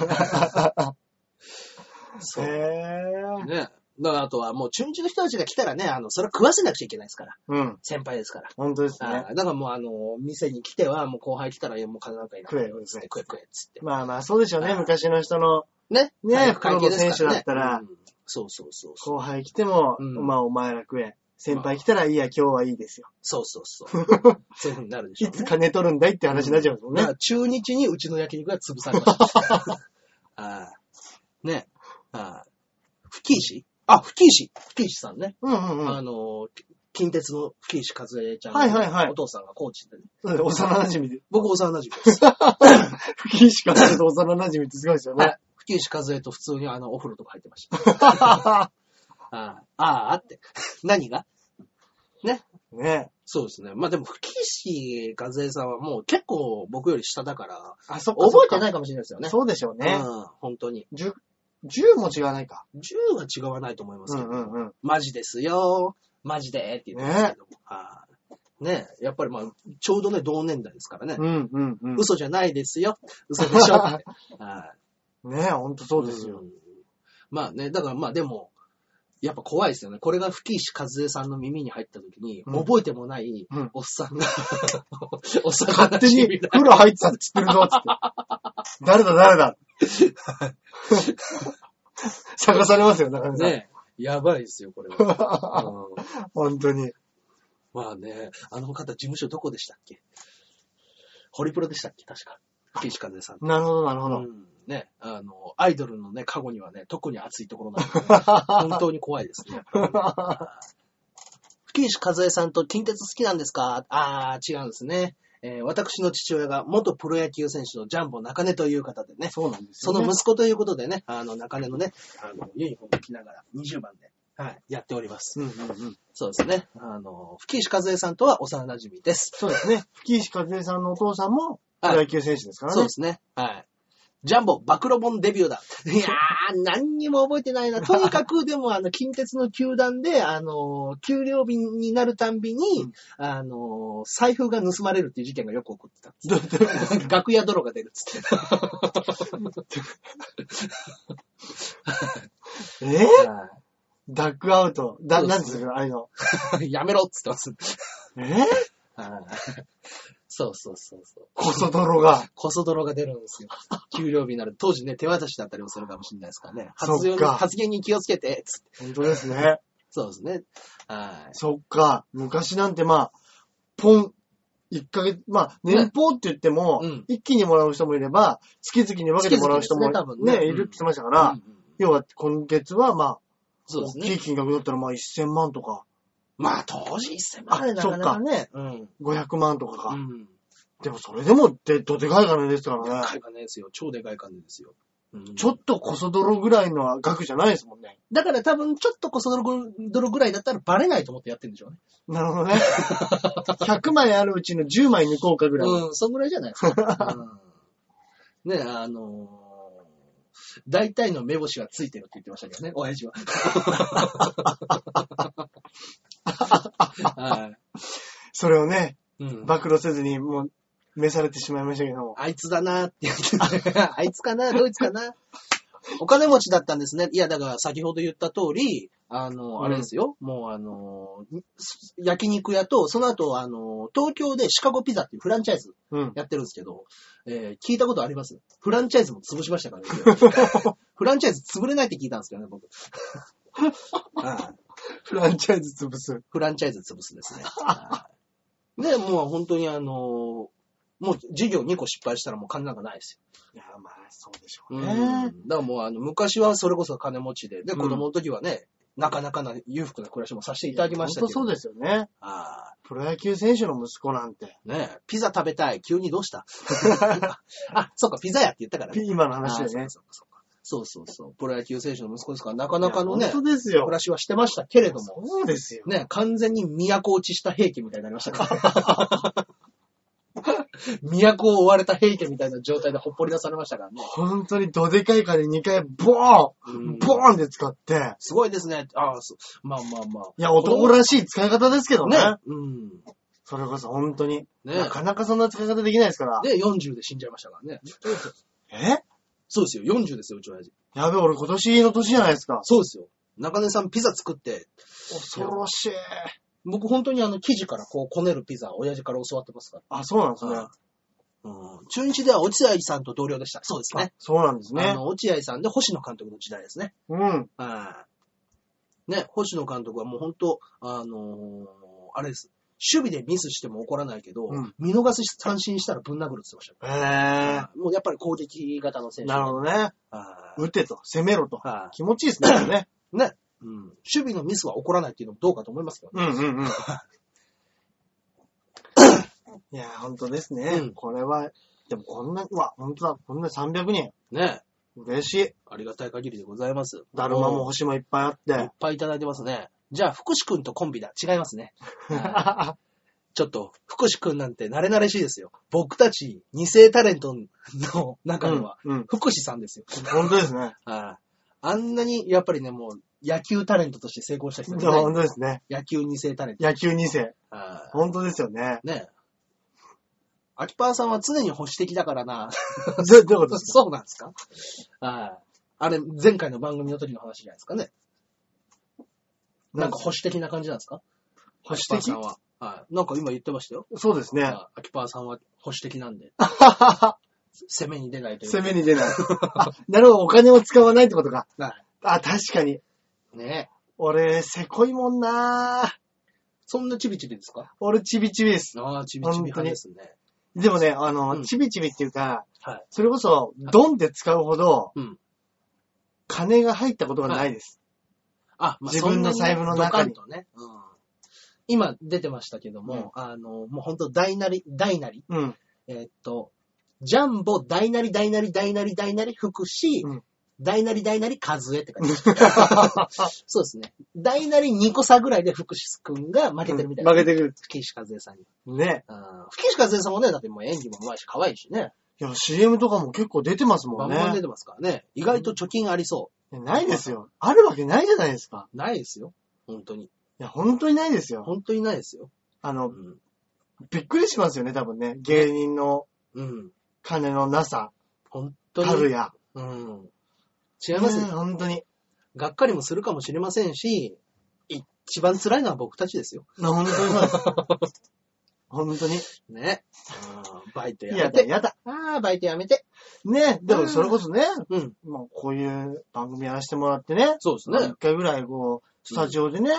そう。ね。え。だからあとはもう中日の人たちが来たらね、あの、それは食わせなくちゃいけないですから。うん。先輩ですから。本当ですねあ。ーだからもうあの、店に来ては、もう後輩来たら、いやもう金なんかいらない。食えつって食え食えっつって。まあまあ、そうでしょうね。あー昔の人のね。ね体育プロ会系でのすから選手ねだったらうんそうそうそうそう。後輩来ても、うんまあお前ら食え。先輩来たらいいや、今日はいいですよ。そうそう そう。そういう風になるでしょいうね。つ金取るんだいって話になっちゃうんですもんだかね。ら中日にうちの焼肉が潰されま した。ああね。ああ不謹慎あ、不謹慎不謹慎さんね。うんうんうん。あの、き近鉄の不謹慎和江ちゃんのはいはいはいお父さんがコーチでね。そうです幼馴染で。僕、幼馴染です。 不謹慎からすると幼馴染ってすごいですよはねい。不謹慎和江と普通にあの、お風呂とか入ってま した。ははは ああ、ああって。何が はねそうですね。まあでも、吹石和江さんはもう結構僕より下だから、あ、そっか覚えてないいかもしれないですよね。そうでしょうね。うん、本当に。 10、10も違わないか。 10は違わないと思いますけど、うんうんうんマジですよ、マジでって言ってますけども。はいねえやっぱりまあ、ちょうどね、同年代ですからね。うんうんうん。嘘じゃないですよ、嘘で しょって。はいねえ、ほんとそうですよ。んまあね、だからまあでも、やっぱ怖いですよね。これが吹石和江さんの耳に入った時に、うん覚えてもないうんおっさん が、おっさんが勝手に風呂入ってたって知ってるぞっつって。 誰だ誰だ探されますよ、中根さん。ね、やばいですよ、これは。 うん本当に。まあね、あの方、事務所どこでしたっけホリプロでしたっけ確か。吹石和江さん。なるほど、なるほど。うんね、あの、アイドルのね、過去にはね、特に熱いところ なんで、ね、本当に怖いです ね。吹石和江さんと近鉄好きなんですかあー、違うんですね。えー私の父親が元プロ野球選手のジャンボ中根という方でね、そうなんですそよ、のね。息子ということでね、あの、中根のね、あの、ユニフォームを着ながら20番で、はい、やっております。のうんうんうん。そうですね。あの、吹石和江さんとは幼馴染です。そうですね。吹石和江さんのお父さんも、プはいロ野球選手ですからそうねで。すね。はい。ジャンボ、暴露本デビューだ。 いやー、何にも覚えてない な。とにかく、でも、あの、近鉄の球団で、あの、給料日になるたんびに、あの、財布が盗まれるっていう事件がよく起こってたんです。どうどう楽屋泥が出るっつ って。えダックアウト。だ、そうですねなんですか、あれの。はいやめろっつってます。え はいそうそうそうそう。こそ泥が。こそ泥が出るん ですよ。給料日になる。当時ね、手渡しだったりもするかもしれないですからね。発そ言っにか発言に気をつけて、つって。本当ですね。そうですね。はい。そっか。昔なんてまあ、ポン、一ヶ月、まあ、ね年俸って言っても、うん一気にもらう人もいれば、月々に分けてもらう人も、月々ですね多分ねねいるって言ってましたから、うんうん要は今月はまあ、そうです大ねきい。金額だったらまあ1000万とか、まあ、当時1000万円だからなかね。うん。 500万とかか。うん。でもそれでもで、どでかい金ですからでね。かい金ですよ。超でかい金ですよ。うんちょっとこそ泥ぐらいの額じゃないですもんね。だから多分、ちょっとこそ泥ぐらいだったらバレないと思ってやってるんでしょうね。なるほ どね。100枚あるうちの10枚抜こうかぐらい。うん、そんぐらいじゃないですか。うん、ねあのー大体の目星がついてるって言ってましたけどね、親父は。 はそれをね、いうん暴露せずにもう、召されてしまいましたけども。あいつだなって言って たあいつかなドイツかなお金持ちだったんですね。いや、だから先ほど言った通り、あうの、んあれですよ。もうあの、焼肉屋と、その後、あの、東京でシカゴピザっていうフランチャイズうん。やってるんですけど、えー聞いたことありますフランチャイズも潰しました からね。フランチャイズ潰れないって聞いたんですけどね、僕。はいフランチャイズ潰す。フランチャイズ潰すですね。はいで、もう本当にあの、もう事業2個失敗したらもう金なんかないですよいや、まあ、そうでしょうんだからもうあの昔はそれこそ金持ちで、で、子供の時はね、なかなかな裕福な暮らしもさせていただきましたけど。本当そうですよね。あプロ野球選手の息子なんて。あ、ねえピザ食べたい。急にどうした あ、そっか、ピザやって言ったからね。今の話であねあ。そうかそうかそうそうそう。プロ野球選手の息子ですから、なかなかのいやね、本当です暮よ。らしはしてましたけれども、そうですよ。ね、完全に都落ちした平家みたいになりましたから。 都を追われた平家みたいな状態でほっぽり出されましたからね。本当にどでかい金2回、ボーうンんボーンで使って。すごいですね。ああ、そうまあまあまあ。いや、男らしい使い方ですけどね。ね。うん。それこそ本当に。ねなかなかそんな使い方できないですから。で、40で死んじゃいましたからね。えそうですよ、40ですよ、うちの親父。やべ、俺今年の年じゃないですか。そうですよ。中根さんピザ作って、恐ろしい。僕本当にあの生地からこうこねるピザ、親父から教わってますかあ、そうなんですねら。。うん、中日では落合さんと同僚でした。そうですあね。そうなんですあね。の、落合さんで星野監督の時代ですね。うん。はい。ね、星野監督はもう本当、あのーあれです。守備でミスしても怒らないけど、うん見逃し三振したらぶん殴るって言ってましたよ。へえ。もうやっぱり攻撃型の選手。なるほどね。はい打てと、攻めろと。はい気持ちいいですね。 ねね。うん。守備のミスは起こらないっていうのもどうかと思いますけどね。うんうん うん。いや、本当ですね。うんこれは、でもこんな、うわ、本当だ、こんな300人。ね。嬉しい。ありがたい限りでございます。だるまも星もいっぱいあっ。うんいって ぱいいただいてますね。じゃあ、福士くんとコンビだ。違いますね。ちょっと、福士くんなんて慣れ慣れしいですよ。僕たち、二世タレントの中では、うん。うん。福士さんですよ。本当ですね。はい。あんなに、やっぱりね、もう、野球タレントとして成功した人ですね。本当ですね。野球二世タレント。野球2世。は本当ですよね。 い。ねえ。秋パーさんは常に保守的だからな。どどういうことですかそうなんですかはい。あれ、前回の番組の時の話じゃないですかね。なんか保守的な感じなんですか保守秋葉的さんは。はい。なんか今言ってましたよ。そうですね。あ秋葉さんは保守的なん で、攻めに出ないという。攻めに出 ない。あ、なるほど、お金を使わないってことか。はあ、確かに。い。ねえ。俺、せこいもんなぁ。そんなチビチビですか俺、ちびちびです。ああ、チビチビ派ですね。でもね、あの、うんちびちびっていうか、はい。それこそ、ドンで使うほど、うん金が入ったことがないです。あ、まあ、自分の財布の中にそんなねドカンとね。うん。今出てましたけども、あの、もう本当大なり、大なり、うん。えーっと、ジャンボ、大なり、大なり、大なり、大なり、福士、うん大なり、大なり、数えって感じ。 そうですね。大なり2個差ぐらいで福士くんが負けてるみたいな。負けてる。吹石和恵さんに。ね。うん吹石和恵さんもね、だってもう演技も上手いし、可愛いしね。いや、CM とかも結構出てますもバんンバン出ね。てますからね。意外と貯金ありそいやないですよ。あるわけないじゃないですか。う。ないですよ。本当に。いや、本当にないですよ。本当にないですよ。あうの、ん。びっくりしますよね、多分ね。芸人のうん。金のなさ、本当たるに。や。うん。違いますよね。本当に。がっかりもするかもしれませんし、一番辛いのは僕たちですよ。な本当にそうです。 本当に。いね。うんバイトややめだ、て。やだ。ああ、バイトやめて。ね、でもそれこそね、うん。まあこういう番組やらせてもらってね、そうです一ね。回ぐらいこう、スタジオでね、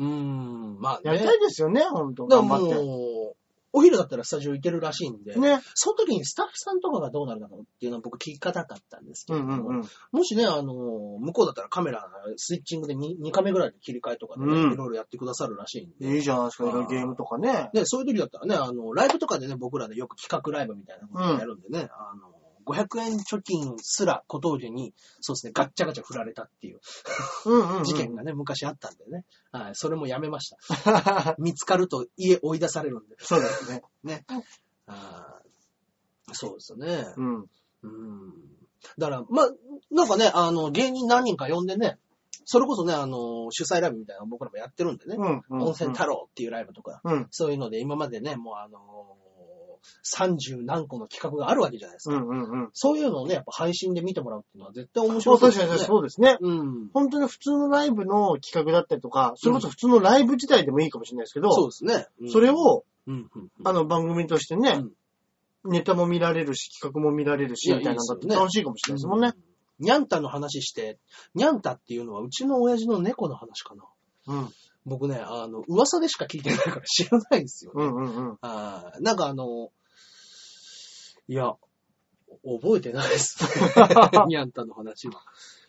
うん。まあやね。りたいですよね、本当だから頑張っもう、お昼だったらスタジオ行けるらしいんでて。、ね。その時にスタッフさんとかがどうなるのかっていうのは僕聞かなかったんですけうれどんも、うんうん。もしね、あの、向こうだったらカメラ、スイッチングで 2, 2カメぐらいで切り替えとかでね、うんいろいろやってくださるらしいんで。いいじゃないですか、いろいろゲームとかね。で、そういう時だったらね、あの、ライブとかでね、僕らでよく企画ライブみたいなことやるんでね、あの、500円貯金すら小峠に、そうですね、ガッチャガチャ振られたっていううんうんうん。事件がね、昔あったんでね。はい、それもやめました。 見つかると家追い出されるんで。そうですね。あーそうですよね。うん。うん。だから、まあ、なんかね、あの、芸人何人か呼んでね、それこそね、あの、主催ライブみたいなの僕らもやってるんでね、うんうん。温泉太郎っていうライブとか、うん。そういうので、今までね、もうあのー30何個の企画があるわけじゃないですうか。んうんうん。そういうのをね、やっぱ配信で見てもらうっていうのは絶対面白そうい確かにそうですね。うん。本当に普通のライブの企画だったりとか、それこそ普通のライブ自体でもいいかもしれないですけど、そうですね。うんそれ、を、うんうんうんあの番組としてね、ネタも見られるし、企画も見られるし、いやみたいなのだいいっですよてね楽しいかもしれないですもんね。。ニャンタの話して、ニャンタっていうのはうちの親父の猫の話かな。うん。僕ね、あの、噂でしか聞いてないから知らないんですよ。うんうんうん。あーなんかあの、いや、覚えてない です。ニャンタの話は。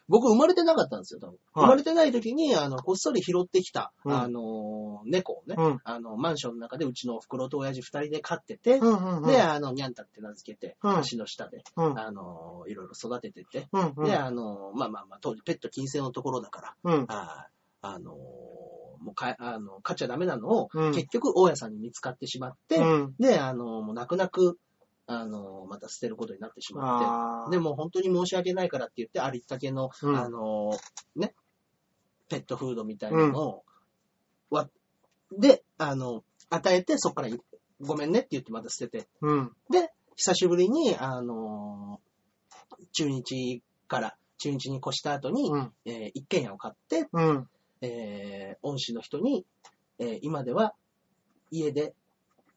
僕生まれてなかったんですよ、多分。はい生まれてない時に、あの、こっそり拾ってきた、うんあの、猫をね、うん。あの、マンションの中でうちのお袋と親父二人で飼ってて、うんうんうん。で、あの、ニャンタって名付けて、うん橋の下で、うんあの、いろいろ育ててて、うんうんで、あの、まあまあまあ、当時ペット禁制のところだから、うん。あーあのーもうか、あの、買っちゃダメなのを、うん結局、大家さんに見つかってしまって、うん。で、あのーもう泣く泣く、あのーまた捨てることになってしまって、あーで、もう本当に申し訳ないからって言って、ありったけの、うんあのーね、ペットフードみたいなのを、わで、あの、与えて、そこからい、ごめんねって言ってまた捨てて、うん。久しぶりに、あのー中日から、中日に越した後に、うん。えー一軒家を買って、うん。えー恩師の人に、えー今では家で、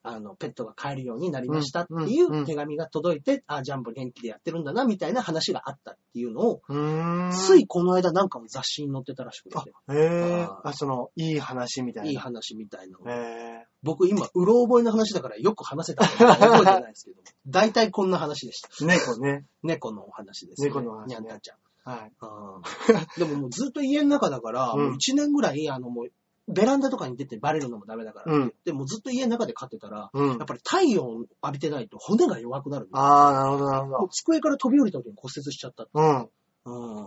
あの、ペットが飼えるようになりましたっていうんうんう手紙が届いて、あ、ジャンボ元気でやってるんだな、みたいな話があったっていうのを、うーん。ついこの間なんかも雑誌に載ってたらしくて、へえ。あーあ、その、いい話みたいいいな。話みたいなの。へえ。僕今、うろ覚えの話だからよく話せたか覚えてないですけど、 大体こんな話でした。猫ね。猫猫のお話です、ね。猫のお話ねにゃんたちゃん。はい。うんでももうずっと家の中だから、うんもう1年ぐらい、あのもう、ベランダとかに出てバレるのもダメだからって言って、もうずっと家の中で飼ってたら、うんやっ。ぱり太陽を浴びてないと骨が弱くなるんだよああ、なるほど、なるほもう机から飛び降りた時に骨折しちゃった。ど。うん。うん。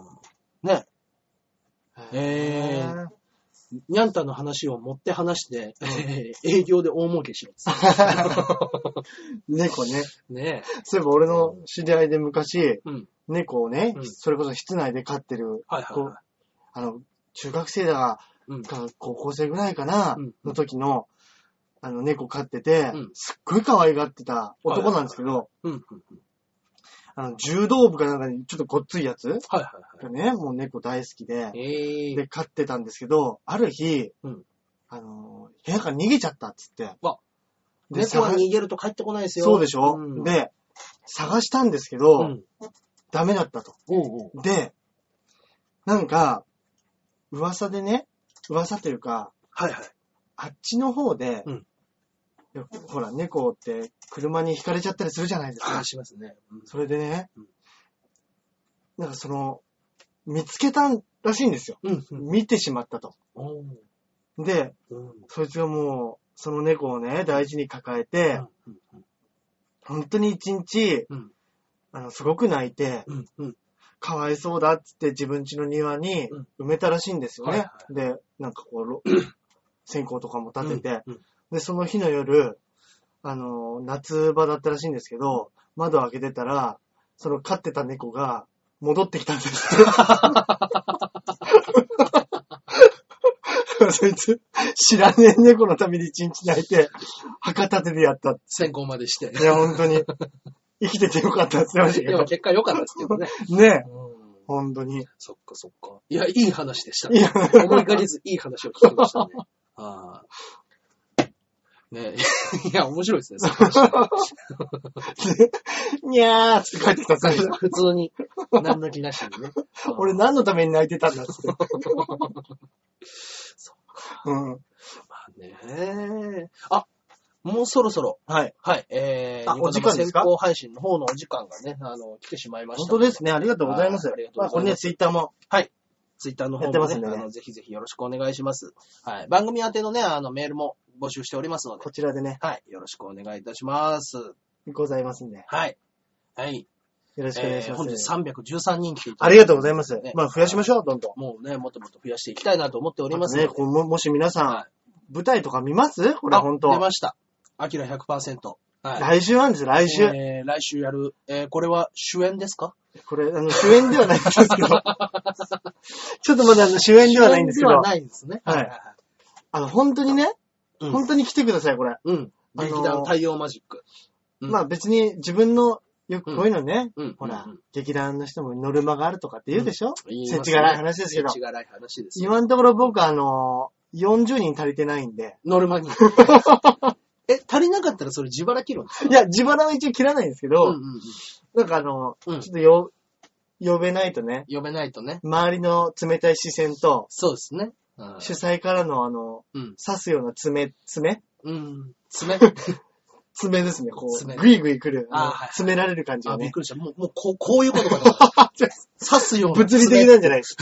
ね。へえニャンタの話を持って話して、営業で大儲けしろっつっ 猫ね。て。ねそういえば俺の知り合いで昔、うん猫をね、うんそれこそ室内で飼ってる、はいはいはい。あの、中学生だうん。か高校生ぐらいかな、うんの時の、あの、猫飼ってて、うんすっごい可愛がってた男なんですけど、うん。うんあの、柔道部かなんかにちょっとごっついやつはいはいがね、もう猫大好きでは、い。えーで、。飼ってたんですけど、ある日、うんあの、部屋から逃げちゃったっつって。わで、猫は探し逃げると帰ってこないですよ。そうでしょ、うん、で、探したんですけど、うん。ダメだったと。おうおう。で、なんか、噂でね、噂というか、はいはい。あっちの方で、うんいやほら、猫って車にひかれちゃったりするじゃないですか話。しますね。うんそれでねうん、なんかその、見つけたらしいんですよ。うん。うん。見てしまったと。おうで、うん。そいつがもう、その猫をね、大事に抱えて、うん本当に一日、うんあの、すごく泣いて、うん。うん。かわいそうだっつって自分家の庭にうん埋めたらしいんですよはいねは。で、なんかこ うろ、線香とかも立てて、うん。で、その日の夜、あの、夏場だったらしいんですけど、窓を開けてたら、その飼ってた猫が戻って きたんですって。そいつ、知らねえ猫のために一日泣いて、博多手でやったっ先行までして。て。いや、本当に。生きててよかったって言って までもし結果良かったですけどね。たけど。ねえ、うん本当に。 そっかそっか。いや、いい話でしたいね。や、思いがけずいい話を聞きま したね。あーねいや、面白いです ね、その話ねにゃーっつって帰ってきた最初。普通に、何の気なしに ね。俺うん何のために泣いてたんだっ つって。うん。まあね。あ、もうそろそろ、はい。はい、えー、あニコ生お時間ですか先行配信の方のお時間がね、あの、来てしまいました。本当ですね。ありがとうございます。はいありがとうございますあこれね、ツイッターも。ツイッターの方やってもまね、すんでねあの、ぜひぜひよろしくお願いします。はい。番組宛てのね、あの、メールも募集しておりますのでこ、ちらでね、はい。よろしくお願いいたします。ございますんで。よはい。はい。ろしくお願いえしーま本す。日313人来ていただいてありがとうございますね。まあ、増やしましょう、どんどん。もうね、もっともっと増やしていきたいなと思っておりますのね、で。こうももし皆さん、は舞台とか見ますここれ本当出。ました。アキラ100%。はい。来週なんです、来週。えー来週やる。えーこれは主演ですかこれ、あの、主演ではないんですけ ど。ちょっとまだあの主演ではないんですけ主演どでは、ないんですね。はいあの、本当にね、うん本当に来てください、これ。うん。劇あの団ー太陽マジック。うんまあ別に自分の、ようくんこういうのね、うんほら、うん劇団の人もノルマがあるとかって言うでしょ、言い世ます知ね辛い話ですけど世知辛い話ですよ。今のところ僕あの、40人足りてないんで。ノルマ に。え、足りなかったらそれ自腹切るんですかいや、自腹は一応切らないんですけど、うんうんうん。なんかあの、うんちょっとよ、呼べないとね、呼べないとね。周りの冷たい視線と、そうですね。うん主催からのあの、うん。刺すような爪、爪うん。爪。 爪ですね、こう、爪グイグイ来る、あーあはのいはい詰められる感じあ、がびっね。くりした。もう、もうこう、こういうことかと思った。 刺すような物理的なんじゃないです。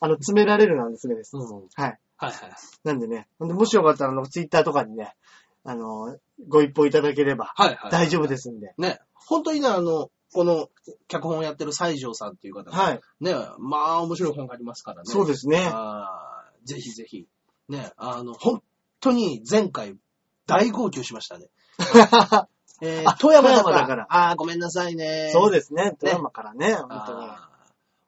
あの、詰められるのは爪です。うん。はいはい。はいはい。なんでね、ほんでもしよかったら、あの、ツイッターとかにね、あの、ご一報いただければ、はいはい。大丈夫ですんで。ね。本当にね、あの、この、脚本をやってる西条さんっていう方が、はい。ね、まあ、面白い本がありますからね。そうでですね。あーぜひぜひ。ね、あの、本当に前回、大号泣しま したね。えーあ富山だから。富山だからああ、ごめんなさいね。そうでですね。ドラマからね、本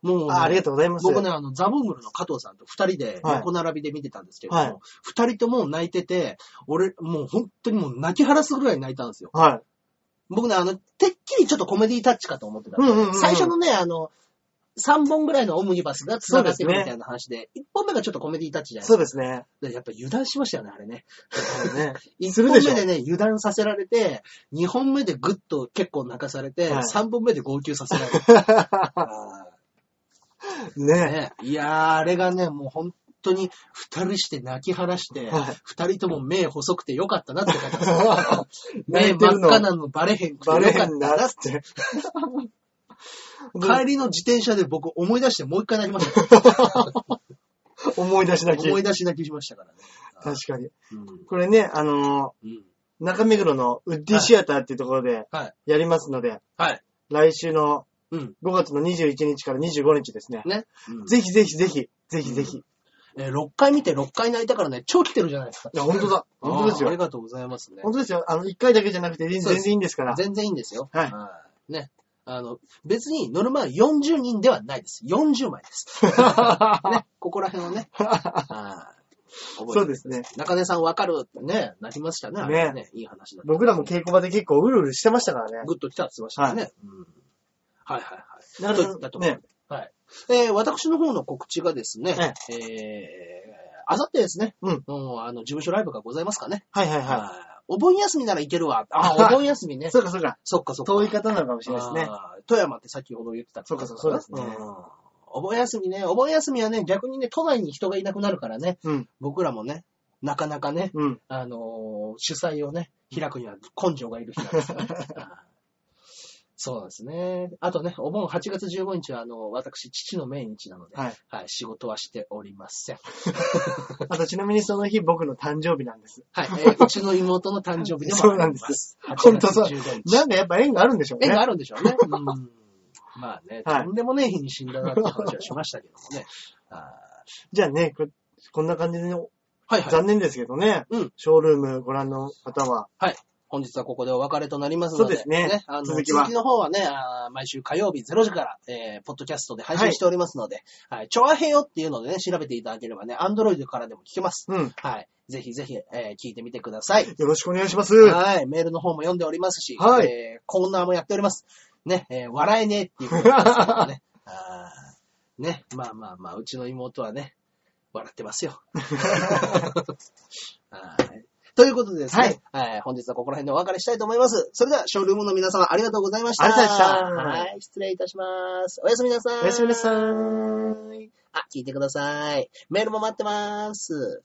当に。もうね、あありがとうございます。僕ね、あの、ザブングルの加藤さんと二人ではい横並びで見てたんですけれどはいも、二、人とも泣いてて、俺、もう本当にもう泣き晴らすぐらい泣いたんですよ。はい。僕ね、あの、てっきりちょっとコメディタッチかと思ってたんですようんうんうん最初のね、あの、3本ぐらいのオムニバスが繋がってるみたいな話で、一1本目がちょっとコメディタッチじゃないでそうすか。ですね。でやっぱ油断しましたよね、あれね。ねす1る本でしょ目でね、油断させられて、2本目でグッと結構泣かされて、はい3本目で号泣させられた。 あ ーねね、いやー、あれがね、もう本当に2人して泣き晴らして、はい2人とも目細くてよかったなって感じだった目 泣いて真っるの赤なのバレへんくてバよレかへっんたななっつって。 帰りの自転車で僕思い出してもう一回泣きました。 思い出しなき。思い出確し泣きしましたからね。かに。うんこれね、あのうんー中目黒のウッディシアターっていうところではい。やりますので、はい。来週のうん。 5月の21日から25日ですね。ね。うんぜひぜひぜひ、ぜひぜひ。えー6回見て6回泣いたからね、超来てるじゃないですか。いや、本当だ。本当ですあーありよ。がとうございますね。本当ですよ。あの、1回だけじゃなくて、全そうです然いいんですから。全然いいんですよ。はいい。ね。あの、別に乗る前40人ではないです。40枚 です。ね。ここら辺をね。はい覚えてそうですね。中根さんわかるってね、なりましたね。あれねいい話だった。僕らも稽古場で結構うるうるしてましたからね。グッと来たって言ってましたね。うんはいはいはい。なかとなかいったところでねはい。えー私の方の告知がですね、ええー、あさってですね、うんもうあの、事務所ライブがございますかね。はいはいははい。お盆休みならいけるわ。あ、はいお盆休みい。ね。そうかそうか。そっかそっか。遠い方なのかもしれないですね。あー富山って先ほど言ってたそうかそうそうですねんお盆休みね、お盆休みはね、逆にね、都内に人がいなくなるからね、うん。僕らもね、なかなかね、うん。あのー主催をね、開くには根性がいる日なんですよ ね。あーそうなんですね。あとね、お盆8月15日は、あの、私、父の命日なので、はい。はい、仕事はしておりません。あと、ちなみにその日僕の誕生日な んです。 はい、えーうちの妹の誕生日でもあります。そうなんです本当そう8月15日。なんかやっぱ縁があるんでしょうね。縁があるんでしょう ね。うん、まあね、はいとんでもねえ日に死んだなって話はしましたけど もね。あじゃあね、ここんな感じで、ーはいはい。残念ですけどね、うんショールームご覧の方は、本日はここでお別れとなりますので、そうですねあの続続ききはの方はね、あー毎週火曜日0時から、えー、ポッドキャストで配信しておりますので、はい、チョアヘヨっていうのでね、調べていただければね、アンドロイドからでも聞けます。うん、はい。ぜひぜひ、えー聞いてみてください。よろしくお願いします。はい。メールの方も読んでおりますし、はいえーコーナーもやっております。ね、えー笑えねえっていう ことですけどね。あーね、まあまあまあ、うちの妹はね、笑ってます よ。はいということでですね、はい、本日はここら辺でお別れしたいと思います。それでは、ショールームの皆様ありがとうございました。ありがとうございましたはい、失礼いたします。おやすみなさい。おやすみなさい。あ、聞いてください。メールも待ってます。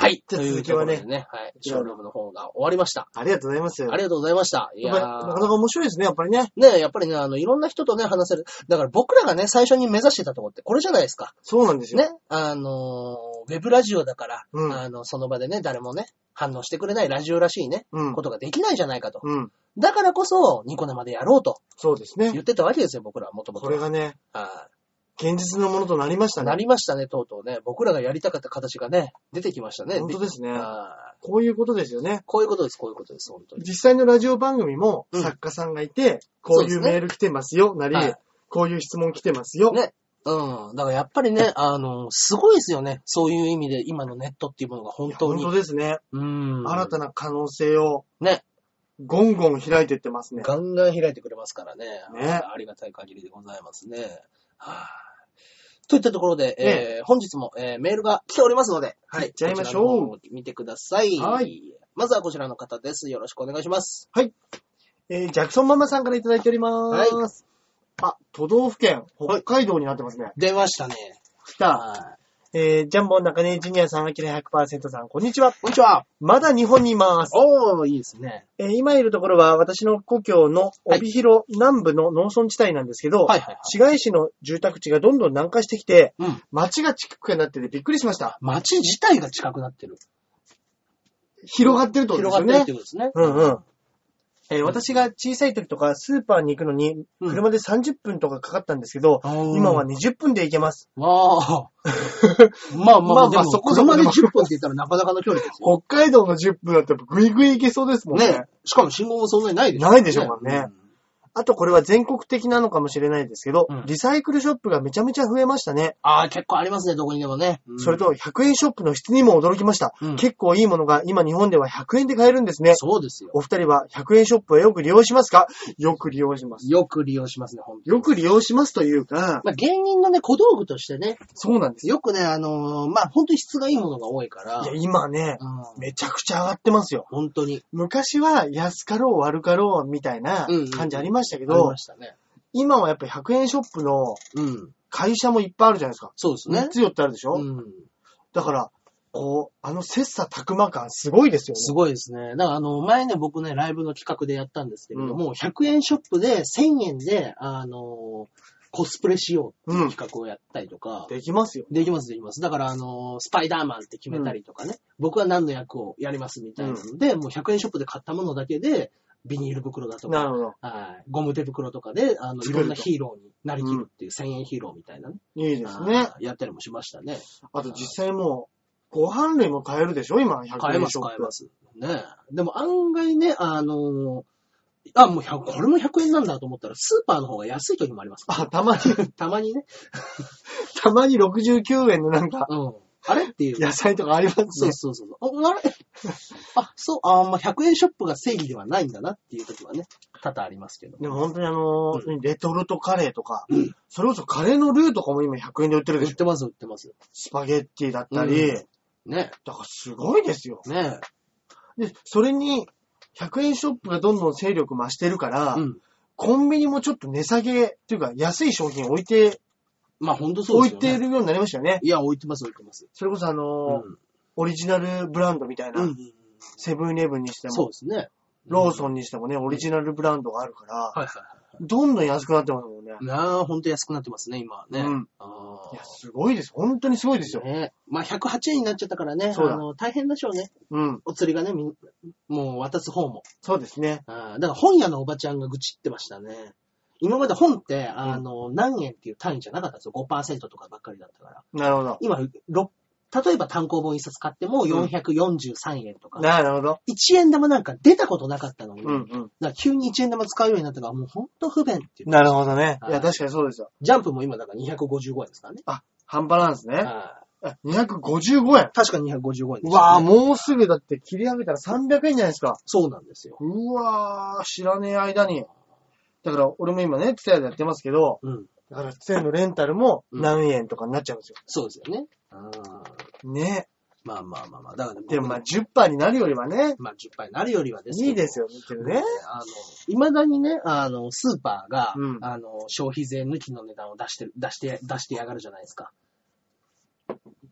はい。じゃあという続きはねところではい。ショールームの方が終わりました。ありがとうございます。ありがとうございました。いややっぱりなかなーか面白いですね、やっぱりね。ねえやっぱりね、あの、いろんな人とね、話せる。だから僕らがね、最初に目指してたとこって、これじゃないですか。そうなんですよ。ね。あのー、ウェブラジオだから、うんあの、その場でね、誰もね、反応してくれないラジオらしいね、うんこ。とができないじゃないかと。うん。だからこそ、ニコ生でやろうとそうですね言。ってたわけですよ、僕らはもともと。これがね、はい現実のものとなりましたなね。りましたね、とうとうね。僕らがやりたかった形がね、出てきましたね。本当ですね。あーこういうことですよね。こういうことです、こういうことです、本当に。実際のラジオ番組もうん作家さんがいて、こういそうですうねメール来てますよ、なり、はいこういう質問来てますよ。ねうん。だからやっぱりね、あの、すごいですよね。そういう意味で、今のネットっていうものがい本や当本に。当ですね。うん。新たな可能性をね。ゴンゴン開いてってますね。ガンガン開いてくれますからね。ねありがたい限りでございますね。はい。といったところで、えー本日も、えーメールが来ておりますので、はい。行っちゃいましょうこちらの方を見てください。はい。まずはこちらの方です。よろしくお願いします。えージャクソンママさんからいただいております。はあ、都道府県、北海道になってますね。出ましたね。来た。はえージャンボ中根ジュニアさん、アキラ100%さん、こんにちは。い。こんにちは。まだ日本にいます。おー、いいですね。えー今いるところは私の故郷の帯広南部の農村地帯なんですけど、はいはいはい市街地の住宅地がどんどん南下してきて、うん。街が近くになっててびっくりしました。街自体が近くなってる。広がってるってことで広すがよってるって。こねとですね。うんうん。えー私が小さい時とかスーパーに行くのに、うん車で30分とかかかったんですけど、うん今は20分で行 けます。わあ。まあまあ、まあまあでもそこそこ車ででも10分って言ったらなかなかの距離ですよ。北海道の10分だったらグイグイ行けそうですもんね。ね。しかも信号もそんなにないでしょ、ないでしょうからねん。あとこれは全国的なのかもしれないですけど、うんリサイクルショップがめちゃめちゃ増えましたね。ああ、結構ありますね、どこにでもね。うんそれと、100円ショップの質にも驚きました。うん結構いいものが今日本では100円で買えるんですね。そうですよ。お二人は100円ショップはよく利用しますかよく利用します。よく利用しますね、本当に。よく利用しますというか、まあ、芸人のね、小道具としてね、そうなんですよ。よくね、あのーまあ、本当に質がいいものが多いから、いや、今ね、うんめちゃくちゃ上がってますよ。本当に。昔は安かろう悪かろうみたいなうんうん感じありましたけありどま、したね。今はやっぱ100円ショップのうん。会社もいっぱいあるじゃないですか。そうです3ね。つ4つあるでしょ、うん。だから、こう、あの切磋琢磨感すごいですよね。すごいですね。だから、あの、前ね、僕ね、ライブの企画でやったんですけれども、100円ショップで1000円で、あの、コスプレしようっていう企画をやったりとか、できますよ。できます、できます。だから、あの、スパイダーマンって決めたりとかね、僕は何の役をやりますみたいなので、もう100円ショップで買ったものだけで、ビニール袋だとなか、るほど。はい、ゴム手袋とかで、あの、い作るとろんなヒーローになりきるっていう、1000円ヒーローみたいなね。いいですね。あーやったりもしましたね。あと実際もう、ご飯類も買えるでしょ今、100円ショップ。買えます、買えます。ねえでも案外ね、あのーあ、もう100、これも100円なんだと思ったら、スーパーの方が安い時もありますからあ、たまに、 たまにね。たまに69円のなんか、うん。あれっていう。野菜とかありますそうね。そうそうそう。ああれ あ、そう、あまあ、100円ショップが正義ではないんだなっていう時はね、多々ありますけど。でも本当にあのーレトルトカレーとか、うんそれこそカレーのルーとかも今100円で売ってる売でしっょてます、売ってます。スパゲッティだったり、うんねだからすごいですよ。え。ねで、それに、100円ショップがどんどん勢力増してるから、え。うん。コンビニもちょっと値下げっていうか安い商品置いて、まあ、ほんとそう置ですいよ、ね。てるようになりましたよね。いや、置いてます、置いてます。それこそあのうーん。オリジナルブランドみたいな、うん。セブンイレブンにしてそうも、ですね。ローン。ソンにしてもね、オリジナルブランドがあるから、はいはいはどんどん安くなってますもんね。い。なあ、ほんと安くなってますね、今はね。うん。あいや、あ。すごいです。本当にすごいですよ。ねまあ、108円になっちゃったからね。そうだあの、大変でしょうね。うん。お釣りがね、みんもう渡す方も。そうですね。あーだから本屋のおばちゃんが愚痴ってましたね。今まで本って、あの、何円っていう単位じゃなかったんですよ。5%とかばっかりだったから。なるほど。今、ろ例えば単行本一冊買ってもん443円とか、なるほど。 1円玉なんか出たことなかったのに、うだかんうん。ら急に1円玉使うようになったから、もうほんと不便っていう。なるほどね。いはや、い確かにそうですよ。ジャンプも今だから255円ですからね。半端なんですね。ああ255円ー。確か255円でうす、わぁ、もうすぐだって切り上げたら300円じゃないですか。そうなんですよ。うわぁ、知らねえ間に。だから、俺も今ね、ツタヤでやってますけど、うん。だからツタヤのレンタルも何円とかになっちゃうんですよ。そうですよね。あーね。まあまあまあまあ。だからねでもまあ、10%になるよりはね、まあ10杯になるよりはですけどいいですよ、見てるね。あの、未だにね、あの、スーパーが、うんあの、消費税抜きの値段を出してる、出して、出してやがるじゃないですか。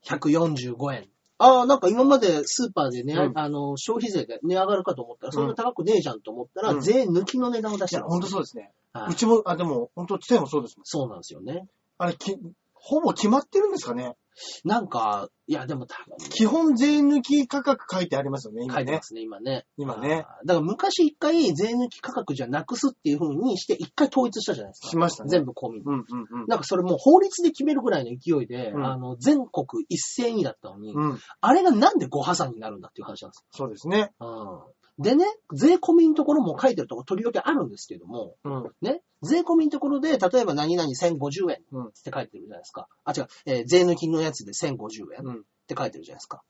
145円。ああ、なんか今までスーパーでね、うんあの、消費税で値上がるかと思ったら、そんな高くねえじゃんと思ったら、うん税抜きの値段を出していや、るほんんでとすそうですね。よ。はういちも、あ、でも、ほんとツタヤもそうですもん。そうなんですよね。あれ、き、ほぼ決まってるんですかねなんか、いや、でも多分、基本税抜き価格書いてありますよね、書今いてまね。すね、今ね。今ねあー。だから昔一回税抜き価格じゃなくすっていう風にして、一回統一したじゃないですか。しましたね全部公民うんうんうん。なんかそれもう法律で決めるぐらいの勢いで、うんあの、全国一斉にだったのに、うん、あれがなんで誤破産になるんだっていう話なんですそうですね。よ。うん。でね、税込みのところも書いてるところ取り分けあるんですけども、うん。ね、税込みのところで、例えば何々1050円うんって書いてるじゃないですか。あ、違う、えー税抜きのやつで1050円っうん。て書いてるじゃないですか。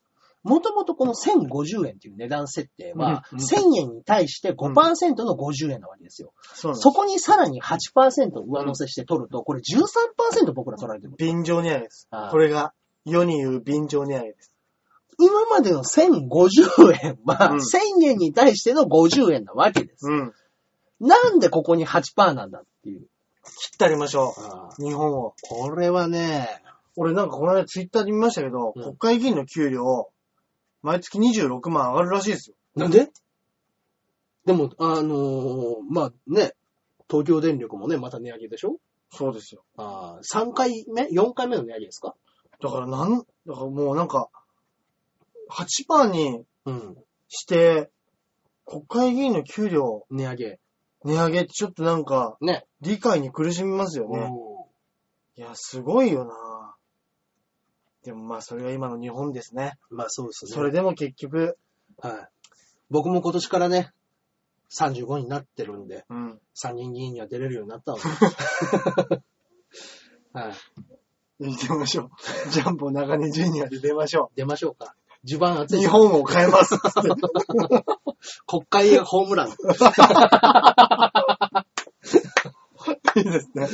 もともとこの1050円っていう値段設定は、うんうん1000円に対して5%の50円なわけですよ。そうなんですそこにさらに8%上乗せして取ると、これ13%僕ら取られてる。便乗値上げですああ。これが、世に言う便乗値上げです。今までの1050円は、うん1000円に対しての50円なわけです。うん。なんでここに8%なんだっていう。切ってありましょう。日本を。これはね、俺なんかこの間ツイッターで見ましたけど、うん国会議員の給料、毎月26万上がるらしいですよ。なんででも、あのーまあね、東京電力もね、また値上げでしょそうですよ。あー ?3 回目 ?4 回目の値上げですかだからなん、だからもうなんか、8%にうん。して、国会議員の給料値上げ。値上げってちょっとなんか、ね。理解に苦しみますよね。おいや、すごいよなでもまあ、それが今の日本ですね。ーまあそうですね。それでも結局、はい。僕も今年からね、35になってるんで、うん。参議院議員には出れるようになったので。 はい。出ましょ う。ジャンボ中根ジュニアで出ましょ出ましょうか。地盤う。熱い日。本を変えます。つって国会へホームラン。いいですね。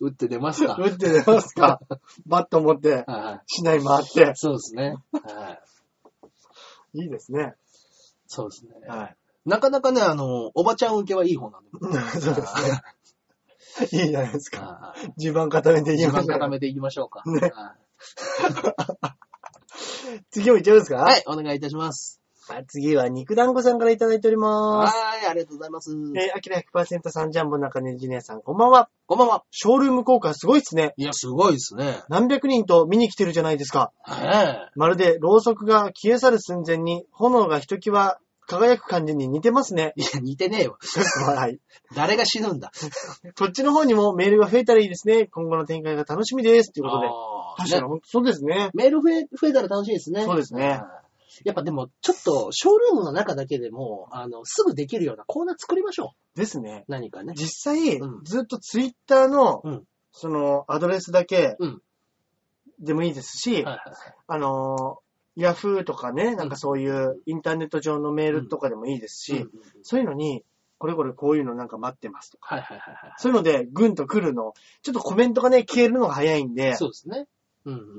打って出 ますか。打って出ますか。バット持って、はい。市内回って。そうですね。はい。いいですね。そうですね。はい。 なかなかね、あの、おばちゃん受けはいい方なんで。そうですね。いいじゃないですはか。い地盤固めていき地ま盤しょ固う。めていきましょうか。ねはい次もいっちゃうんですかはい、お願いいたします。はい。次は肉団子さんからいただいておりはます。ーい、ありがとうございます。えー、アキラ100%さん、ジャンボ中根ジュニアさん、こんばんは。こんばんは。ショールーム効果すごいっすね。いや、すごいですね。何百人と見に来てるじゃないですか。ねえ。まるでろうそくが消え去る寸前に炎がひときわ輝く感じに似てま すね。いや、似てねえわ。笑い。誰が死ぬんだ。そっちの方にもメールが増えたらいいですね。今後の展開が楽しみです。ということで。あー確かに、ねほんとそうですね。メール増え、増えたら楽しいですね。そうですね。やっぱでも、ちょっと、ショールームの中だけでも、あの、すぐできるようなコーナー作りましょですね。う。何かね。実際、うんずっとツイッターの、うんその、アドレスだけうん、でもいいですし、はいはいはいあのー、ヤフーとかね、なんかそういうインターネット上のメールとかでもいいですし、うんうんうんそういうのに、これこれこういうのなんか待ってますとか。はいはいはいはそういうので、ぐんと来るの。ちょっとコメントがね、消えるのが早いんで、い。そそううですね。うんうんうん。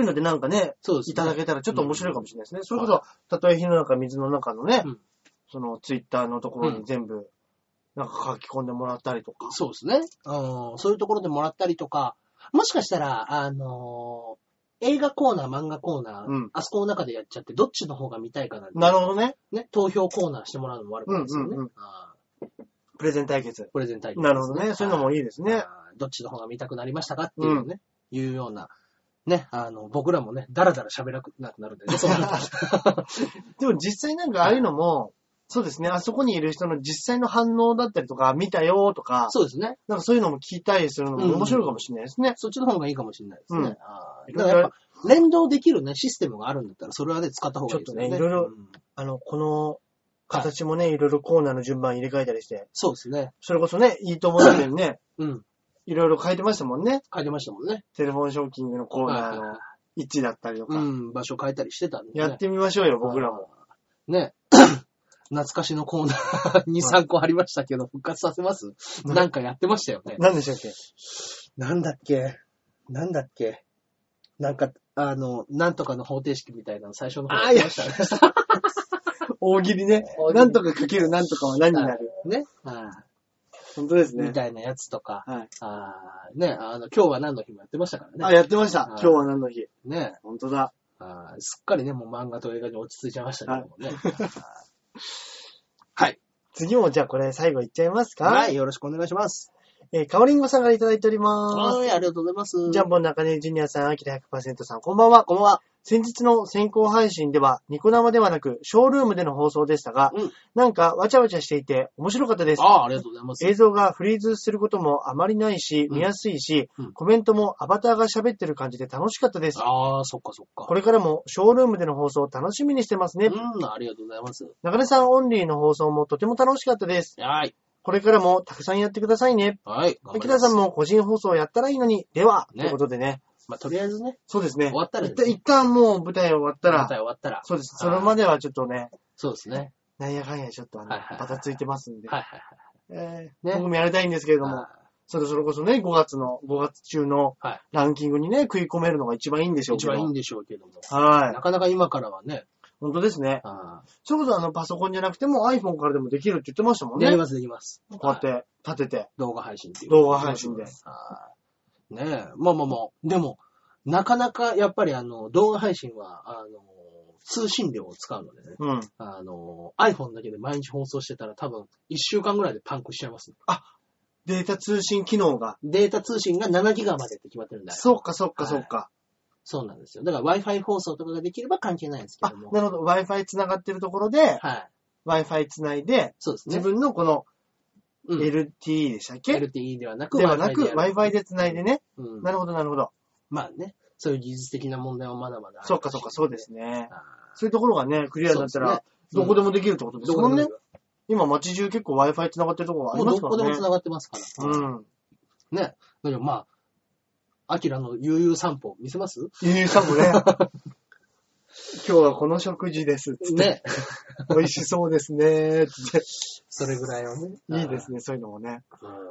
いうのでなんかね、そうですね。いただけたらちょっと面白いかもしれないですね。そういうことは、たとえ火の中、水の中のね、うんそのツイッターのところに全部、なんか書き込んでもらったりとか。そうですね。うん。そういうところでもらったりとか、もしかしたら、あのー映画コーナー、漫画コーナー、うんあそこの中でやっちゃって、どっちの方が見たいかなんて、なるほどね。ね、投票コーナーしてもらうのもあるからですよね。うんうんうんあープレゼン対決。プレゼン対決、なるほどね。そういうのもいいですね。あーどっちの方が見たくなりましたかっていうね、いうような、ね、あの、僕らもね、だらだら喋らなくなるんでね、そうなると でも実際なんかああいうのも、そうですね。あそこにいる人の実際の反応だったりとか、見たよとか、 そうですね。なんかそういうのも聞いたりするのも面白いかもしれないですね。そっちの方がいいかもしれないですね。うんあーだからやっぱ、連動できるね、システムがあるんだったら、それはね、使った方がいいですよね。ちょっとねいろいろうんあの、この形もね、いろいろコーナーの順番入れ替えたりして、そうですね。それこそね、いいと思ってね、うん。いろいろ変えてましたもんね。変えてましたもんね。テレフォンショッキングのコーナーはいはいのは位置だったりとうか。ん、場所変えたりしてたんで、ね。やってみましょうよ、僕らも。ね。 懐かしのコーナー2、3個ありましたけど、復活させますうんなんかやってましたよね。何でしたっけなんだっけなんだっけなんか、あの、なんとかの方程式みたいなの最初の方あーましたね。大喜利ね大喜。利なんとかかけるなんとかは何になる。ね。 はい本当ですみね。たいなやつとか、はい。あーね、あの、今日は何の日もやってましたからあ、ね。やってました。はい今日は何の日。ね。本当だ。あーすっかりね、もう漫画と映画に落ち着いちゃいましたけどもね。はい。次もじゃあこれ最後いっちゃいますかはい、。よろしくお願いします。えー、かおりんごさんからいただいております。はい、ありがとうございます。ジャンボ中根ジュニアさん、アキラ100%さん、こんばんは。こんばんは。先日の先行配信では、ニコ生ではなく、ショールームでの放送でしたが、うんなんかわちゃわちゃしていて面白かったです。ああ、ありがとうございます。映像がフリーズすることもあまりないし、うん見やすいし、うんコメントもアバターが喋ってる感じで楽しかったです。ああ、そっかそっか。これからもショールームでの放送を楽しみにしてますね。うん、ありがとうございます。中根さんオンリーの放送もとても楽しかったです。はい。これからもたくさんやってくださいね。はい。アキラさんも。も個人放送やったらいいのに、では、ねということでね。まあ、とりあえずね、そうですね。終わったら一旦一旦もう舞台終わった舞ら、台終わったら。そうです。それまで。ではちょっとね、そうですね。なんやかんやちょっとあのはいはいはいバタついてますんで、はいはいえーね僕もやりたいんですけれどはいも、。それそれこそね、5月の、5月中のはいランキングにね、食い込めるのが一番いいんでしょうけ一ど。番いいんでしょうけども。はいな。かなか今からはね、本当ですね。あーそれこそあのパソコンじゃなくても iPhone からでもできるって言ってましたもんできね。ますできます。こうやって立てて。動画配信っていう。動画配信であーねえ、まあまあまあ。でも、なかなかやっぱりあの、動画配信は、あの、通信量を使うのでね、うん。あの、iPhone だけで毎日放送してたら多分、1週間ぐらいでパンクしちゃいますね。データ通信機能が。データ通信が7ギガまでって決まってるんだよ。そうかそうかそうか。そうなんですよ。だから Wi-Fi 放送とかができれば関係ないんですけあども、。なるほど。Wi-Fi 繋がってるところで、はい。 Wi-Fi 繋いで、そうですね。自分のこのうん LTE でしたっけ、 LTE ではなく、ではなく、 Wi-Fi でやる Wi-Fi で繋いでね。うんなるほど、なるほど。まあね、そういう技術的な問題はまだまだあるそうか、そうか、そうですね。あそういうところがね、クリアになったそうらで、すねどこでもできるってことーですどもこんでねも。今、街中結構 Wi-Fi 繋がってるところありもまうすどかこでらもね。繋がってますから。うね。ん。だけどまあ、アキラの悠々散歩見せますゆう さんもね、今日はこの食事です。つってね。美味しそうですね。つってそれぐ らいはね。いいですね、そういうのもね。あー。うん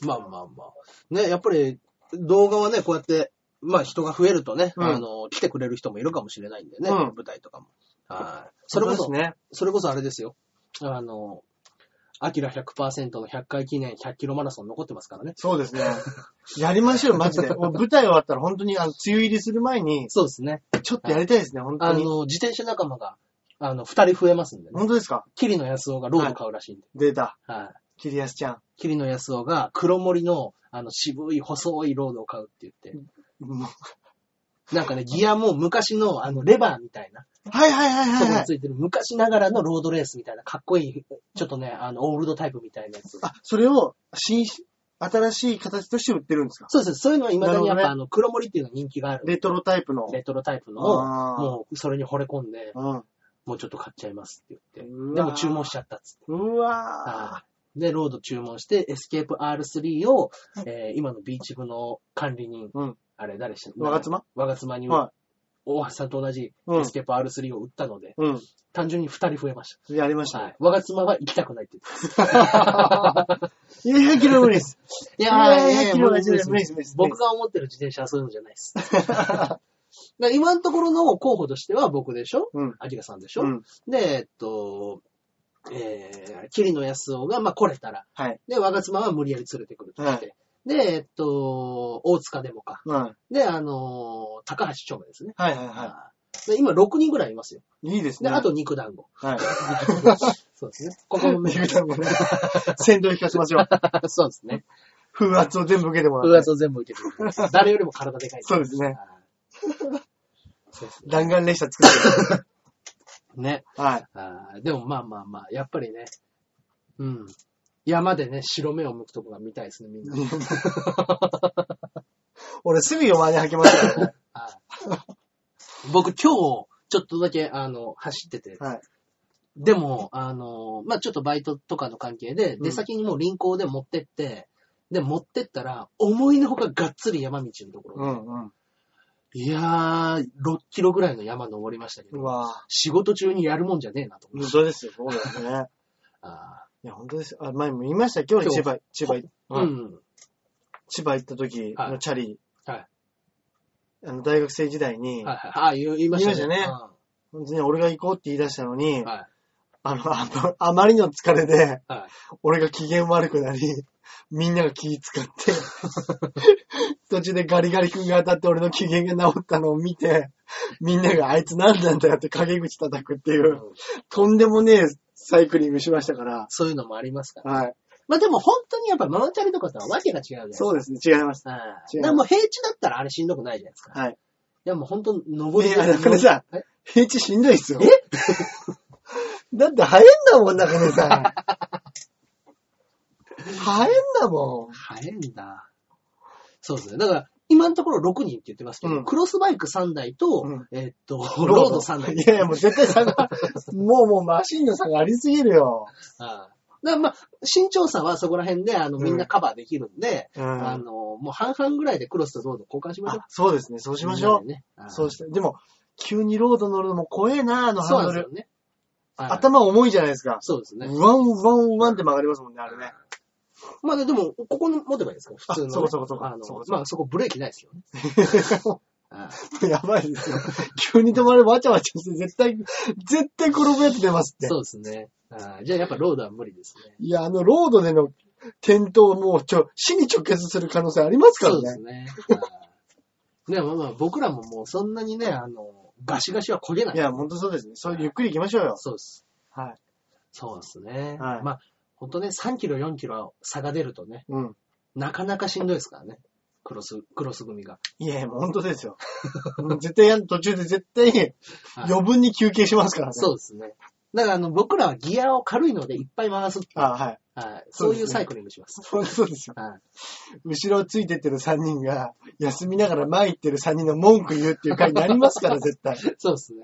まあまあまあ。ね、やっぱり動画はね、こうやって、まあ人が増えるとね、うんあの、来てくれる人もいるかもしれないんでね、うん舞台とかも。はいそれこそそう、ですね。それこそあれですよ。あの、アキラ100%の100回記念100キロマラソン残ってますからね。そうですね。やりましょう、マ ジで。もう舞台終わったら本当に、あの、梅雨入りする前に、そうですね。ちょっとやりたいですね、本あ当に。の、自転車仲間が、あの、二人増えますんでね。本当ですかキリノヤスオがロード買うらしいんで。データ。はい。キリアスちゃん。キリノヤスオが黒森の、あの、渋い細いロードを買うって言って。もうなんかね、ギアも昔の、あの、レバーみたいな、はいはいはいとはこい、はにい。ついてる、昔ながらのロードレースみたいな、かっこいい、ちょっとね、あの、オールドタイプみたいなやつ。あ、それを、新し、新しい形として売ってるんですかそうです。そういうのは未だにやっぱ、なるほどねあの、黒森っていうのが人気がある。レトロタイプの。レトロタイプのを、あもう、それに惚れ込んで、あ。もうちょっと買っちゃいますって言って。うん。でも注文しちゃったっつって。うわはいで、ロード注文して、エスケープ R3 を、えー今のビーチ部の管理人、うんあれ、誰でしたぁ。わがつま我が妻に、は大橋さんと同じうんエスケープ R3 を売ったので、うん。単純に二人増えまし。やりましたたはい。。ね我が妻は行きたくないって言って400キロ無 理です。いいやいやもう無理です無理無理です無理です僕が思ってる自転車はそういうのじゃないです。だから今のところの候補としては僕でしょうん。アジカさんでしょ、うん。で、えっと、えー、キリノヤスオが、まあ、来れたら。はい。で、我が妻は無理やり連れてくるとして。で、えっと、大塚デモか。うん。はいで、あのー高橋長明ですね。はいはで今6人ぐらいいますよ。い。いいですで、ね。あと、肉団 子。はい。 そうですね。ここのメメグちゃんもね、先導引かし ましょう。そうですね。風圧を全部受けても風らって。圧を全部受けてくれる。誰よりも体でかい。そうですね。はい弾丸列車作ってね。る。はい。あーでもまあまあまあ、やっぱりね。うん。山でね、白目を向くとこが見たいですね、みんな。俺すぐ弱音吐きましたからね。はい僕今日、ちょっとだけ、あの、走ってて。はい。でも、あの、まあ、ちょっとバイトとかの関係で、うん出先にもう輪行で持ってって、で、持ってったら、思いのほかがっつり山道のところ。うんうん。いやー、6キロぐらいの山登りましたけうど、わ仕事中にやるもんじゃねえなと思ぁ。って。当ですよ。そうだよね。あいや、本当ですよ。あ、前も言いました。今日今日千葉、千葉、ーううんん。千葉行った時はのいチャリ、はい。あの、大学生時代に、はいはい。あ、言いましたね。言いました本当に俺が行こうって言い出したのに、うんはい。あの、あのあまりの疲れで、は俺が機嫌悪くなり、みんなが気使 って、途中でガリガリ君が当たって俺の機嫌が治ったのを見て、みんながあいつ何なんだよって陰口叩くっていい。うう、んとんでもねえサイクリングしましたから、そういうのもありますから。はい。まあ、でも本当にやっぱママチャリとかとはわけが違うじゃないですか。そうですね、違います。はい。違うでも平地だったらあれしんどくないじゃないですか。はい。いやもう本当登りいや中根さえ平地しんどいっすよ。え だって早いんだもん、中根さん。 早いんだもん。早いんだ。そうですね。だから、今のところ6人って言ってますけど、うんクロスバイク3台と、うんえっと、ロード3台。いやいや、もう絶対差が、もうもうマシンの差がありすぎるよ。ああだからまあ、身長差はそこら辺で、あの、みんなカバーできるんで、うあん。の、もう半々ぐらいでクロスとロード交換しましょうあ。そうですね、そうしましょみんなでね。ああう。そうして。でも、急にロード乗るのも怖えな、あのハそうンなドんですよル。ね。はい頭重いじゃないですか。そうですね。ワンワンワンって曲がりますもんね、あれね。まあね、でも、ここに持てばいいですから、普通の、ね。あそこそこそこあのそこそこまあそこブレーキないですよね。 ああやばいですよ。急に止まるわちゃわちゃして、絶対、絶対転ぶやつ出ますって。そうですね。ああじゃあやっぱロードは無理ですね。いや、あの、ロードでの転倒もうちょ、死に直結する可能性ありますかそらうですね。ね。ああでもまあ僕らももうそんなにね、あの、ガシガシは焦げない。いや、ほんとそうですね。そう、ゆっくり行きましょうよ。そうです。はい。そうですね。はいまあ、ほんとね、3キロ、4キロ差が出るとね、うん。なかなかしんどいですからね。クロス、クロス組が。いや、ほんとですよ。もう絶対やん、途中で絶対、余分に休憩しますからね。そうですね。だからあの、僕らはギアを軽いのでいっぱい回す。あはい。はい。そそううですねいうサイクリングします。ほんとそうですよ。はい。後ろをついてってる3人が、休みながら前行ってる3人の文句言うっていう回になりますから、絶対。そうですね。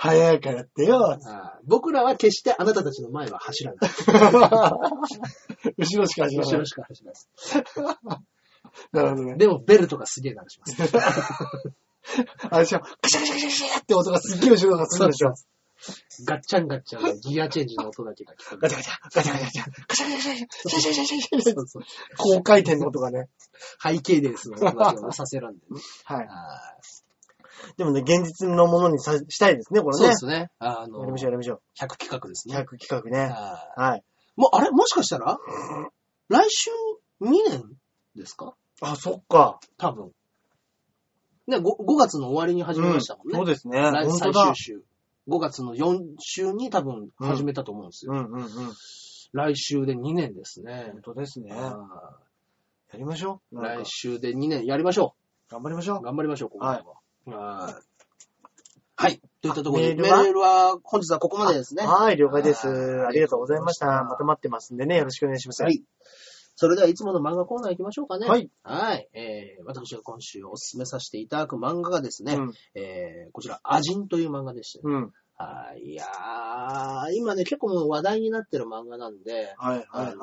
早いからやってよ。あー僕らは決してあなたたちの前は走らない。後ろしか走ら後なろい。しか走らないです。なるほどね。でもベルトがすげえ鳴らします。あれでしょ、カシャカシャカシャカシャって音がすっげえ後ろからするんでしょ。ガッチャンガッチャンのギアチェンジの音だけが聞こえガるチャガチャ、ガチャガチャガチャ、ガチャガチャガチャ、シャシャシャシャシャシャシャそうそう。高回転の音がね。背景ですの音だけをさせらんでね。はい。あーでもね、現実のものにさしたいですね、これそうねで。すね。あの、やりましょ100う、やりましょ企画ですう。ね。 100企画ね。あーはい。もう、あれもしかしたら、来週2年ですかあ、そっか。多分。ね5、5月の終わりに始めましたもんね。そうですね。来本当最だ終。週。5月の4週に多分始めたと思うんですよ。うんうんうん。本来週で2年ですね。当ですね。やあーりましょう。なんか来週で2年やりましょ頑張りましょう。頑張りましょう、今回は。う。はい。といったところで、メーメルはールは本日はここまでですね。はい、了解です。はいありがとうございました。ありがとうございましたまた待ってますんでね、よろしくお願いします。はい。それではいつもの漫画コーナー行きましょうかね。はい。はい。えー、私が今週お勧めさせていただく漫画がですね、うんえー、こちら、アジンという漫画でした。うん。はい。いやー、今ね、結構もう話題になってる漫画なんで、はい、はい、はあのー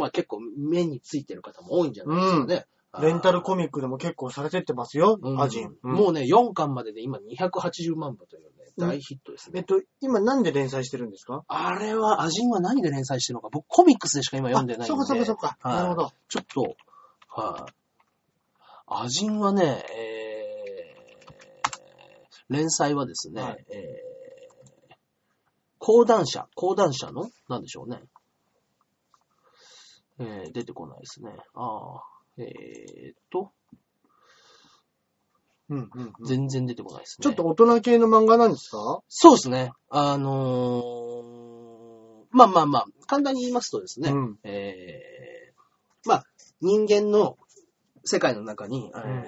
まあ結構目についてる方も多いんじゃないですかね。い。レンタルミコミックでも結構されてってますよ、アジン。もう、うんね、4巻までで今280万部というね、うん大ヒットですね。えっと、今なんで連載してるんですかあれは、アジンは何で連載してるのか、僕コミックスでしか今読んでないんで。あそうかそうかそうか。はいなるほど。ちょっと、はい、アジンはね、えー連載はですね、はえー講談社、講談社の、なんでしょうね。えー出てこないですね。ああ、えーっと、うん、うん、うん。全然出てこないですね。ちょっと大人系の漫画なんですかそうですね。あのーまあまあまあ、簡単に言いますとですね、うん。えーまあ、人間の世界の中に、えーうん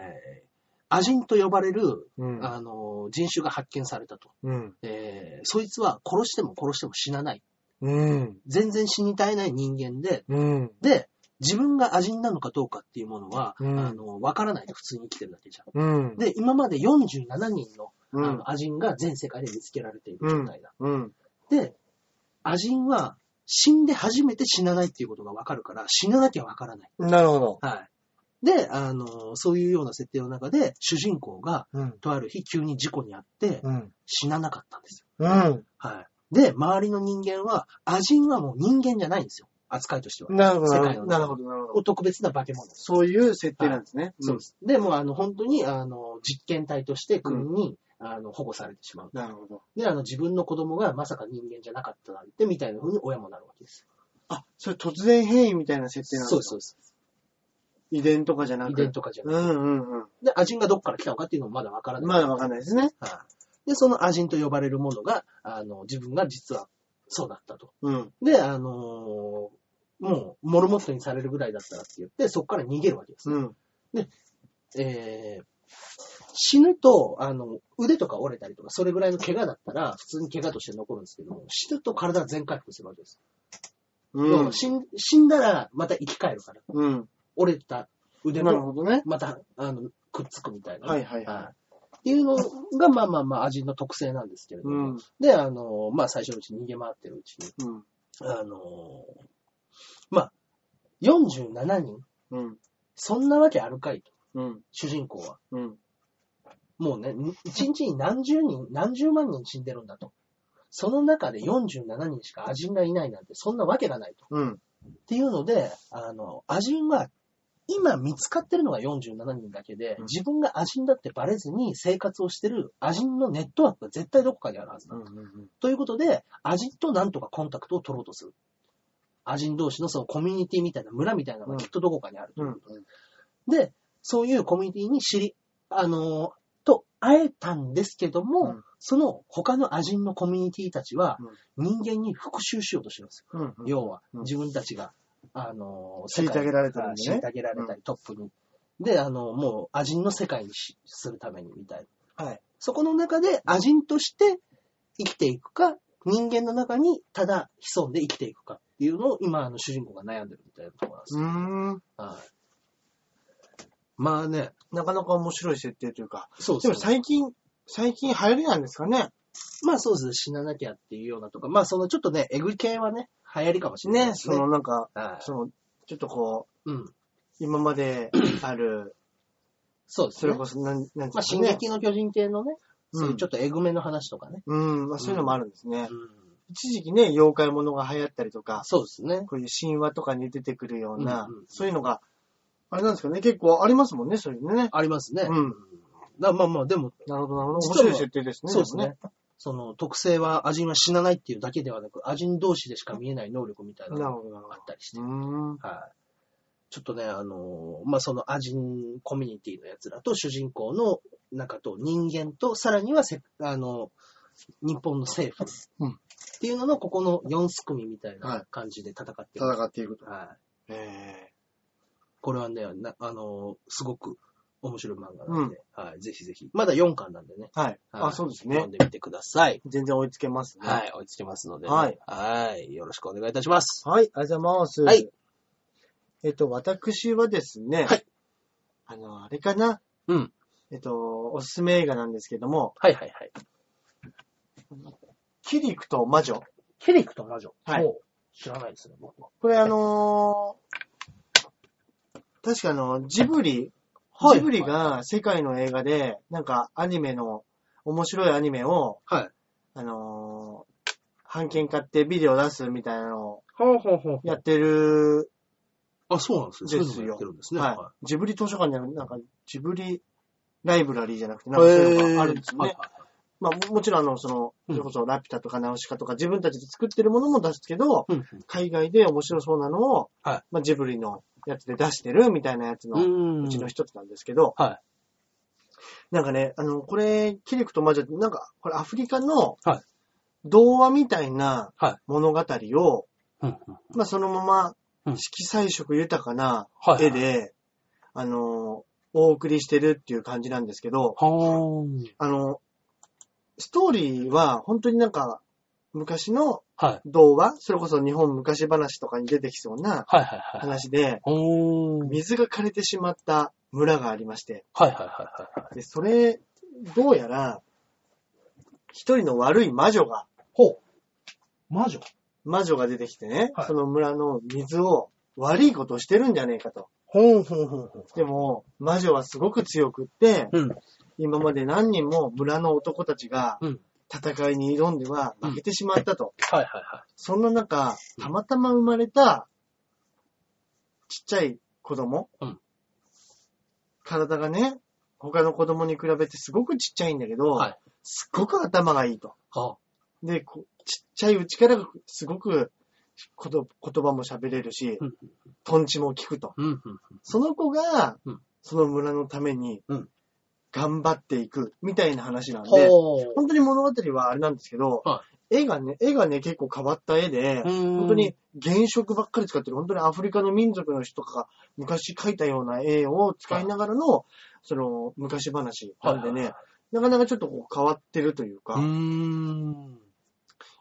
アジンと呼ばれる、うん。あのー人種が発見されたと、うん。えーそいつは殺しても殺しても死なない。うん。全然死に絶えない人間で、うん。で、自分がアジンなのかどうかっていうものは、うんあのー、わからないで普通に生きてるだけじゃん。うん。で、今まで47人の,、うあん。のアジンが全世界で見つけられている状態だ。うん。で、アジンは死んで初めて死なないっていうことがわかるから、死ななきゃわからない。なるほど。はい。で、あの、そういうような設定の中で、主人公が、うん。とある日急に事故に遭って、うん。死ななかったんですよ。うん。はい。で、周りの人間は、アジンはもう人間じゃないんですよ。扱いとしては。なるほど。世な界るのほど。なるほど。なるほど特別な化け物。そういう設定なんですね。そうです。で、もうあの、本当に、あの、実験体として国に、あの、保護されてしまう。うん。なるほど。で、あの、自分の子供がまさか人間じゃなかったなんて、みたいな風に親もなるわけです。あ、それ突然変異みたいな設定なんですそうです、そううです。遺伝とかじゃなく遺伝とかじゃなくてうんうんうん。で、アジンがどっから来たのかっていうのもまだわからない。まだわかんないですね。はい。で、そのアジンと呼ばれるものが、あの、自分が実はそうだったと。うん。で、あのーもう、モルモットにされるぐらいだったらって言って、そこから逃げるわけです。うん。えー死ぬと、あの、腕とか折れたりとか、それぐらいの怪我だったら、普通に怪我として残るんですけども、死ぬと体が全回復するわけです。だうからん。死ん死んだら、また生き返るから。うん。折れた腕なるも、ほどね。また、あの、くっつくみたいな。はいはいは。はいっていうのが、まあまあまあ、アジンの特性なんですけれい。どうも、ん。で、あの、まあ、最初のうちに逃げ回ってるうちに、うん。あの、まあ、47人、うん。そんなわけあるかいと、うん。主人公は。うん。もうね、一日に何十人、何十万人死んでるんだと。その中で47人しかアジンがいないなんて、そんなわけがないと。うん。っていうので、あの、アジンは、今見つかってるのが47人だけでうん、自分がアジンだってバレずに生活をしてるアジンのネットワークが絶対どこかにあるはずだう。ん。ということで、アジンとなんとかコンタクトを取ろうとする。アジン同士のそのコミュニティみたいな村みたいなのがきっとどこかにある。うん。で、そういうコミュニティに知り、あのーと会えたんですけども、うんその他のアジンのコミュニティたちは人間に復讐しようとしてるんですよ。うん。要は、うん自分たちが、あのー、虐げられたりね世界にあー虐げられたり、トップに。で、あのー、もう、アジンの世界にしするためにみたいな。はい。そこの中でアジンとして生きていくか、人間の中にただ潜んで生きていくかっていうのを今、あの、主人公が悩んでるみたいなところなんですうよ。ーん。はい。まあね、なかなか面白い設定というか。そうででもすね。最近、最近流行りなんですかね。まあそうですね、死ななきゃっていうようなとか、まあそのちょっとね、エグい系はね、流行りかもしれないね。ですそね。のなんか、はいその、ちょっとこう、うん。今ま である、そうですそね。れこそ、なん、なんてまあ、い進うんですか撃ね。の巨人系のね、うんそういうちょっとエグめの話とかね。うん、まあそういうのもあるんですね。うん一時期ね、妖怪物が流行ったりとか、そうですね。こういう神話とかに出てくるような、うんうんそういうのが、あれなんですかね、結構ありますもんね、そういうのね。ありますね。うんだからまあまあ、でも、なるほど、なるほど。面実は白い設定ですね。そうですね。その特性は、アジンは死なないっていうだけではなく、アジン同士でしか見えない能力みたいでなものね。なるがほど、なるほあったりして。ど。うーん。はい。ちょっとね、あのーまあ、そのアジンコミュニティのやつらと主人公の中と人間と、さらにはせ、あの、日本の政府うんっていうのの、ここの4す組みたいはいな感じで戦ってる。戦っていくと。はい。えこれはね、なあのーすごく面白い漫画なんで、はい、ぜひぜひ。まだ4巻なんでね。はい。はあ、いそうです読ねん。でみてください。全然追いつけますね。はい、追いつきますので、はい。はい。よろしくお願いいたします。はい、ありがとうございます。はい。えっと、私はですね、はいあの、あれかな、うん。えっと、おすすめ映画なんですけども、はいはいはい。キリクと魔女。ケリクと魔女。はいおう。知らないですね、僕は。これあのー確かあの、ジブリ、はいジブリが世界の映画で、なんかアニメの、面白いアニメを、はい。あのー版権買ってビデオ出すみたいなのをほうほうほうやってる、あ、そうなんですね。そういうですのよもやってるんですね。は。はいジブリ図書館にある、なんかジブリライブラリーじゃなくて、い。なんかそういうのがあるんですよはねい。はいはいまあ、ももちろん、あの、その、うそんれこそ、ラピュタとかナウシカとか、自分たちで作ってるものも出すけど、うん海外で面白そうなのを、はいまあ、ジブリのやつで出してるみたいなやつのうん。うちの一つなんですけど、はなんかね、あの、これ、キリクと魔女って、なんか、これアフリカのはい、童話みたいなは物語を、い。うんうんまあ、そのまうま、ん色彩色豊かなはい。絵。で、あの、お送りしてるっていう感じなんですけど、はー。あの、ストーリーは本当になんか昔のはい。童話、それこそ日本昔話とかに出てきそうなはいはいはい。話で、おー。水が枯れてしまった村がありまして、はいはいはいはいはい。で、それ、どうやら、一人の悪い魔女が、ほう。魔女魔女が出てきてね、はいその村の水を悪いことをしてるんじゃねえかと。ほうほうほうほう。でも、魔女はすごく強くって、うん。今まで何人も村の男たちがうん。戦いに挑んでは負けてしまったと。はいはいはそんな中、たまたま生まれた、ちっちゃい子供、うん体がね、他の子供に比べてすごくちっちゃいんだけど、はいすっごく頭がいいと。い。はで、こちっちゃいうちからすごくこと言葉も喋れるしうん、トンチも効くと。うんうんうん。その子が、うんその村のためにうん、頑張っていく、みたいな話なんで、ほう。本当に物語はあれなんですけど、は絵がね、絵がね、結構変わった絵で、本本当に。原色ばっかり使ってる、本当にアフリカの民族の人とかが昔描いたような絵を使いながらの、その昔話なんではいはいねは、なかなかちょっとこう変わってるといううか、ーん。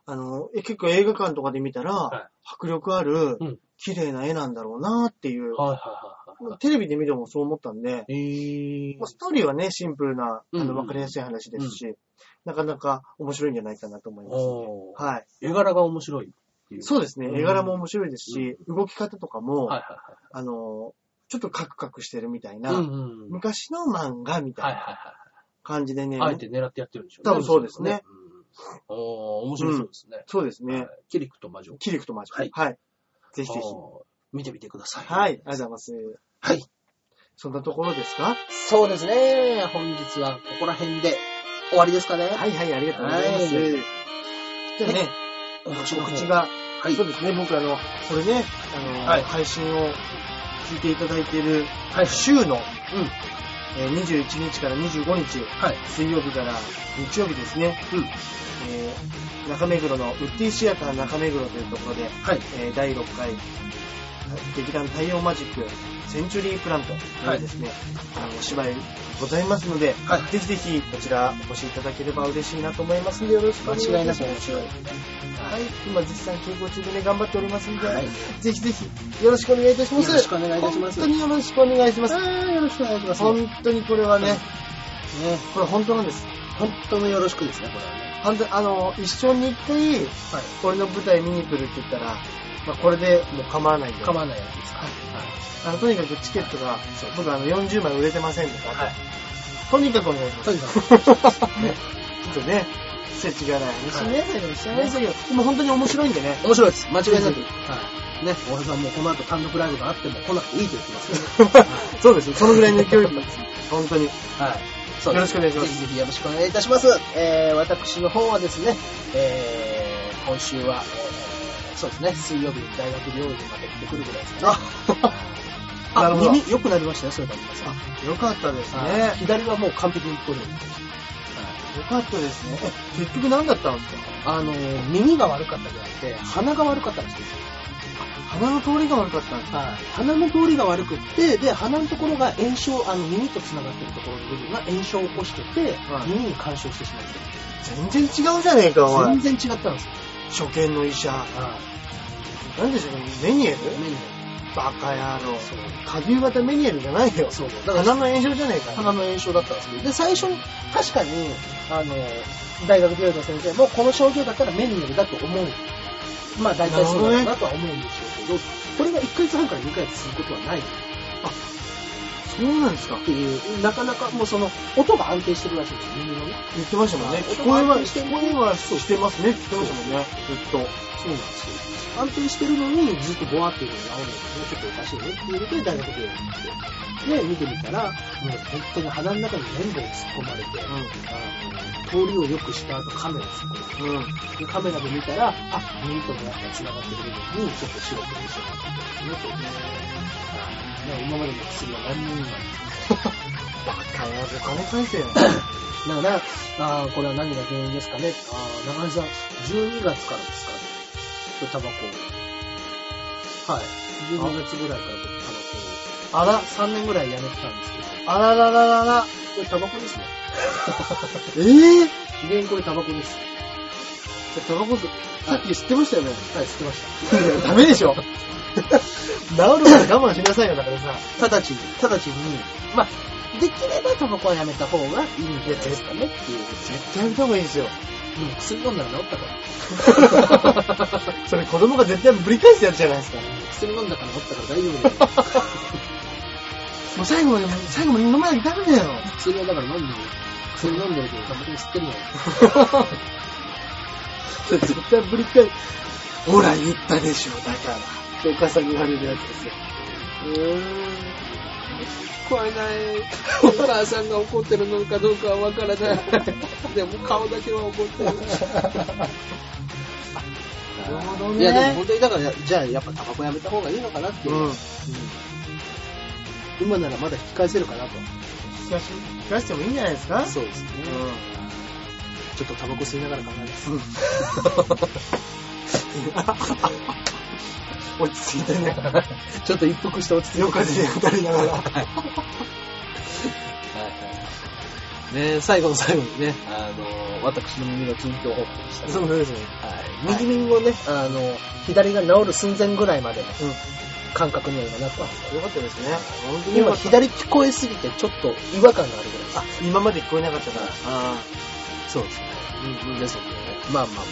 あの、え結構映画館とかで見たら、は迫力あるうん、綺麗な絵なんだろうなっていう、はいはいはいはテレビで見てもそう思ったんで、い。えーまあ、ストーリーはね、シンプルな、あうんうの、んわかりやすい話ですし、なかなか面白いんじゃないかなと思いますね。おーはい。絵柄が面白いっていう。そうですね。うん絵柄も面白いですし、動き方とかも、はいはあの、ちょっとカクカクしてるみたいいはい。な、んうんうん。昔の漫画みはたいいなはいはい。感じでね、あえて狙ってやってるんでしょ多分そうですね。うんおー、面白そうですね。そうですねは。いキリクと魔女。キリクとマジはいはい。ぜひぜひ。おー見てみてください。はい。ありがとうございます。はい。そんなところですかそうですね。本日はここら辺で終わりですかね。はいはい、ありがとうございます。はいじゃあね、私の告口知が。が、はいそうですね、僕あの、これね、あの、はい配信を聞いていただいているはい週の、うん。えー21日から25日、はい。水曜日から日曜日ですね、うん。えー中目黒のウッディシアター中目黒というところで、はい。えー第6回劇団太陽マジックセンチュリープラントのですね、あのお芝居ございますので、はいぜひぜひこちらお越しいただければ嬉しいなと思いますのでよろしくお願いします。間違いなく面白いはい、今絶賛稽古中でね、頑張っておりますので、はいぜひぜひよろしくお願いいたします。よろしくお願いいたします本当によろしくお願いします。よろしくお願いします。ね。本当にこれはね、これ本当なんです。本当のよろしくですね、これはね。本当あの、一生に一回、はい。俺の舞台見に来るって言ったら、まあ、これでもう構わないんで。構わないやつですか。はいはい。あのとにかくチケットが、僕あの40枚売れてませんから、はい。とにかくお願いします。とにかく ねちょっとね、せちがない話ね、最後にしてないですけど、でも本当に面白いんでね。面白いです。間違いなく。はい。ね、俺さんもうこの後単独ライブがあっても来なくていいと言ってますけど そうですよ、そのぐらいの勢いです。本当に。はい。よろしくお願いしますぜひぜひよろしくお願いいたします。えー、私の方はですね、えー、今週は、えーそうですね、水曜日に大学病院まで行ってくるぐらいです かね。あなるほど耳良くなりましたよ、そういう感じです。よかったですね。はい左はもう完璧に取れる。よかったですね。え結局何だったんですかあのー、耳が悪かったじゃなくて、鼻が悪かったらしいですよ。鼻の通りが悪かったんですかはい、鼻の通りが悪くって、で、鼻のところが炎症、あの、耳と繋がってるところの部分が炎症を起こしてて、はい耳に干渉してしまって全然違うじゃねえか、おい。全然違ったんですよ。初見の医者。はなんでしょうね、メニエルい。目に、バカ野郎。そう。下流型メニエルじゃないよ。そう。だから鼻、の炎症じゃねえか。鼻の炎症だったんですけど、で、最初に、確かに、あの、大学病院の先生も、この症状だったらメニエルだと思う。まあ、大体そうだろうなとは思うんでしょうけど、これが1ヶ月半から2ヶ月することはない。そうなんですかっていう、なかなかもうその、音が安定してるらしいんですよ、耳のね。言ってましたもんね。あ聞こえは、音が安定して聞こえはしてますね。聞いてましたもんね。ずっと。そうなんですよ。安定してるのに、ずっとボワっていうのが治るんですね。ちょっとおかしいねっていうので、大学病院に行って。で、見てみたら、もう本当に鼻の中に綿棒を突っ込まれて、あの、通りを良くした後カメラを突っ込まれて、 うん。うん。でカメラで見たら、あ、耳とのやっぱ繋がってる部分に、ちょっと白くにしてもらってるんですね、というね今までの薬は何にもない。バカ野郎、金返せよ。だから、あーこれは何が原因ですかね。あー中井さん、12月からですかね。ちょっとタバコを。はい。12月ぐらいから僕タあら、バコを。3年ぐらいやめてたんですけど、あららららら。これタバコですね。 えぇ、原因これタバコです。じゃあタバコ吸さっき吸ってましたよね。 はい、吸ってましいやダメでし ょ。治るまで我慢しなさいよ、だからさ。た。直ちに、直ちに、まあ、できればタバコはやめた方がいいんじゃないですかねっていう。絶対やめた方がいいですよ。でも薬飲んだら治ったから。 それ子供が絶対ぶり返すやつじゃないですか。薬飲んだから治ったから大丈夫だよ。もう最後まで、最後まで飲まなきゃダメだよ。薬はだから飲んでる。薬飲んでるけどタバコも吸ってるのよ。 絶対ぶり返す。ほら、言ったでしょ、だから。ってお母さんに言われるやつですよ。うーん聞こえない。お母さんが怒ってるのかどうかはわ からない。でも顔だけは怒ってる。なるほどねいや、でも本当にだから、じゃあやっぱタバコやめた方がいいのかなっていう。うん。今ならまだ引き返せるかなと。聞かし、聞かしてもいいんじゃないですかそうですね。ちょっとタバコ吸いながら考えます。うん。 落ち着いてね。 ちょっと一服して落ち着いて。夜風に当たりながら。はいはいね最後の最後にね、あの、私の耳の近況報告でしたねそうですね。はい、右耳もね、あの、左が治る寸前ぐらいまでのうん。感覚には今なったんですよ。よかったですね。本当によか今った左聞こえすぎてちょっと違和感があるぐらいです。あ、今まで聞こえなかったから。あそうですね。うんうんですので、まあまあまあま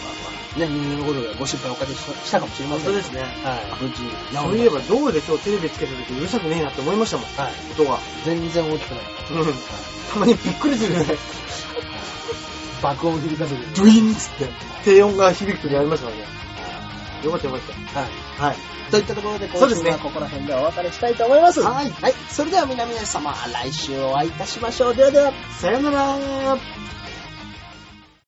あ、ね、耳のことでご心配おかけしたかもしれあま本せん当が。ですね。はい、無事治りましたそういえば、どこで今日テレビつけた時うるさくねえなって思いました もん。はい、音が。全然大きくない。うん。たまにびっくりする ね。爆音響かせる。ドゥイーンっつって、低音が響く時ありますからね。よかったよかっはい。た。はい。といったところで、そ今うで週すねはここら辺でお別れしたいと思います。はいはい。それでは皆々様、来週お会いいたしましょう。ではでは。さよなら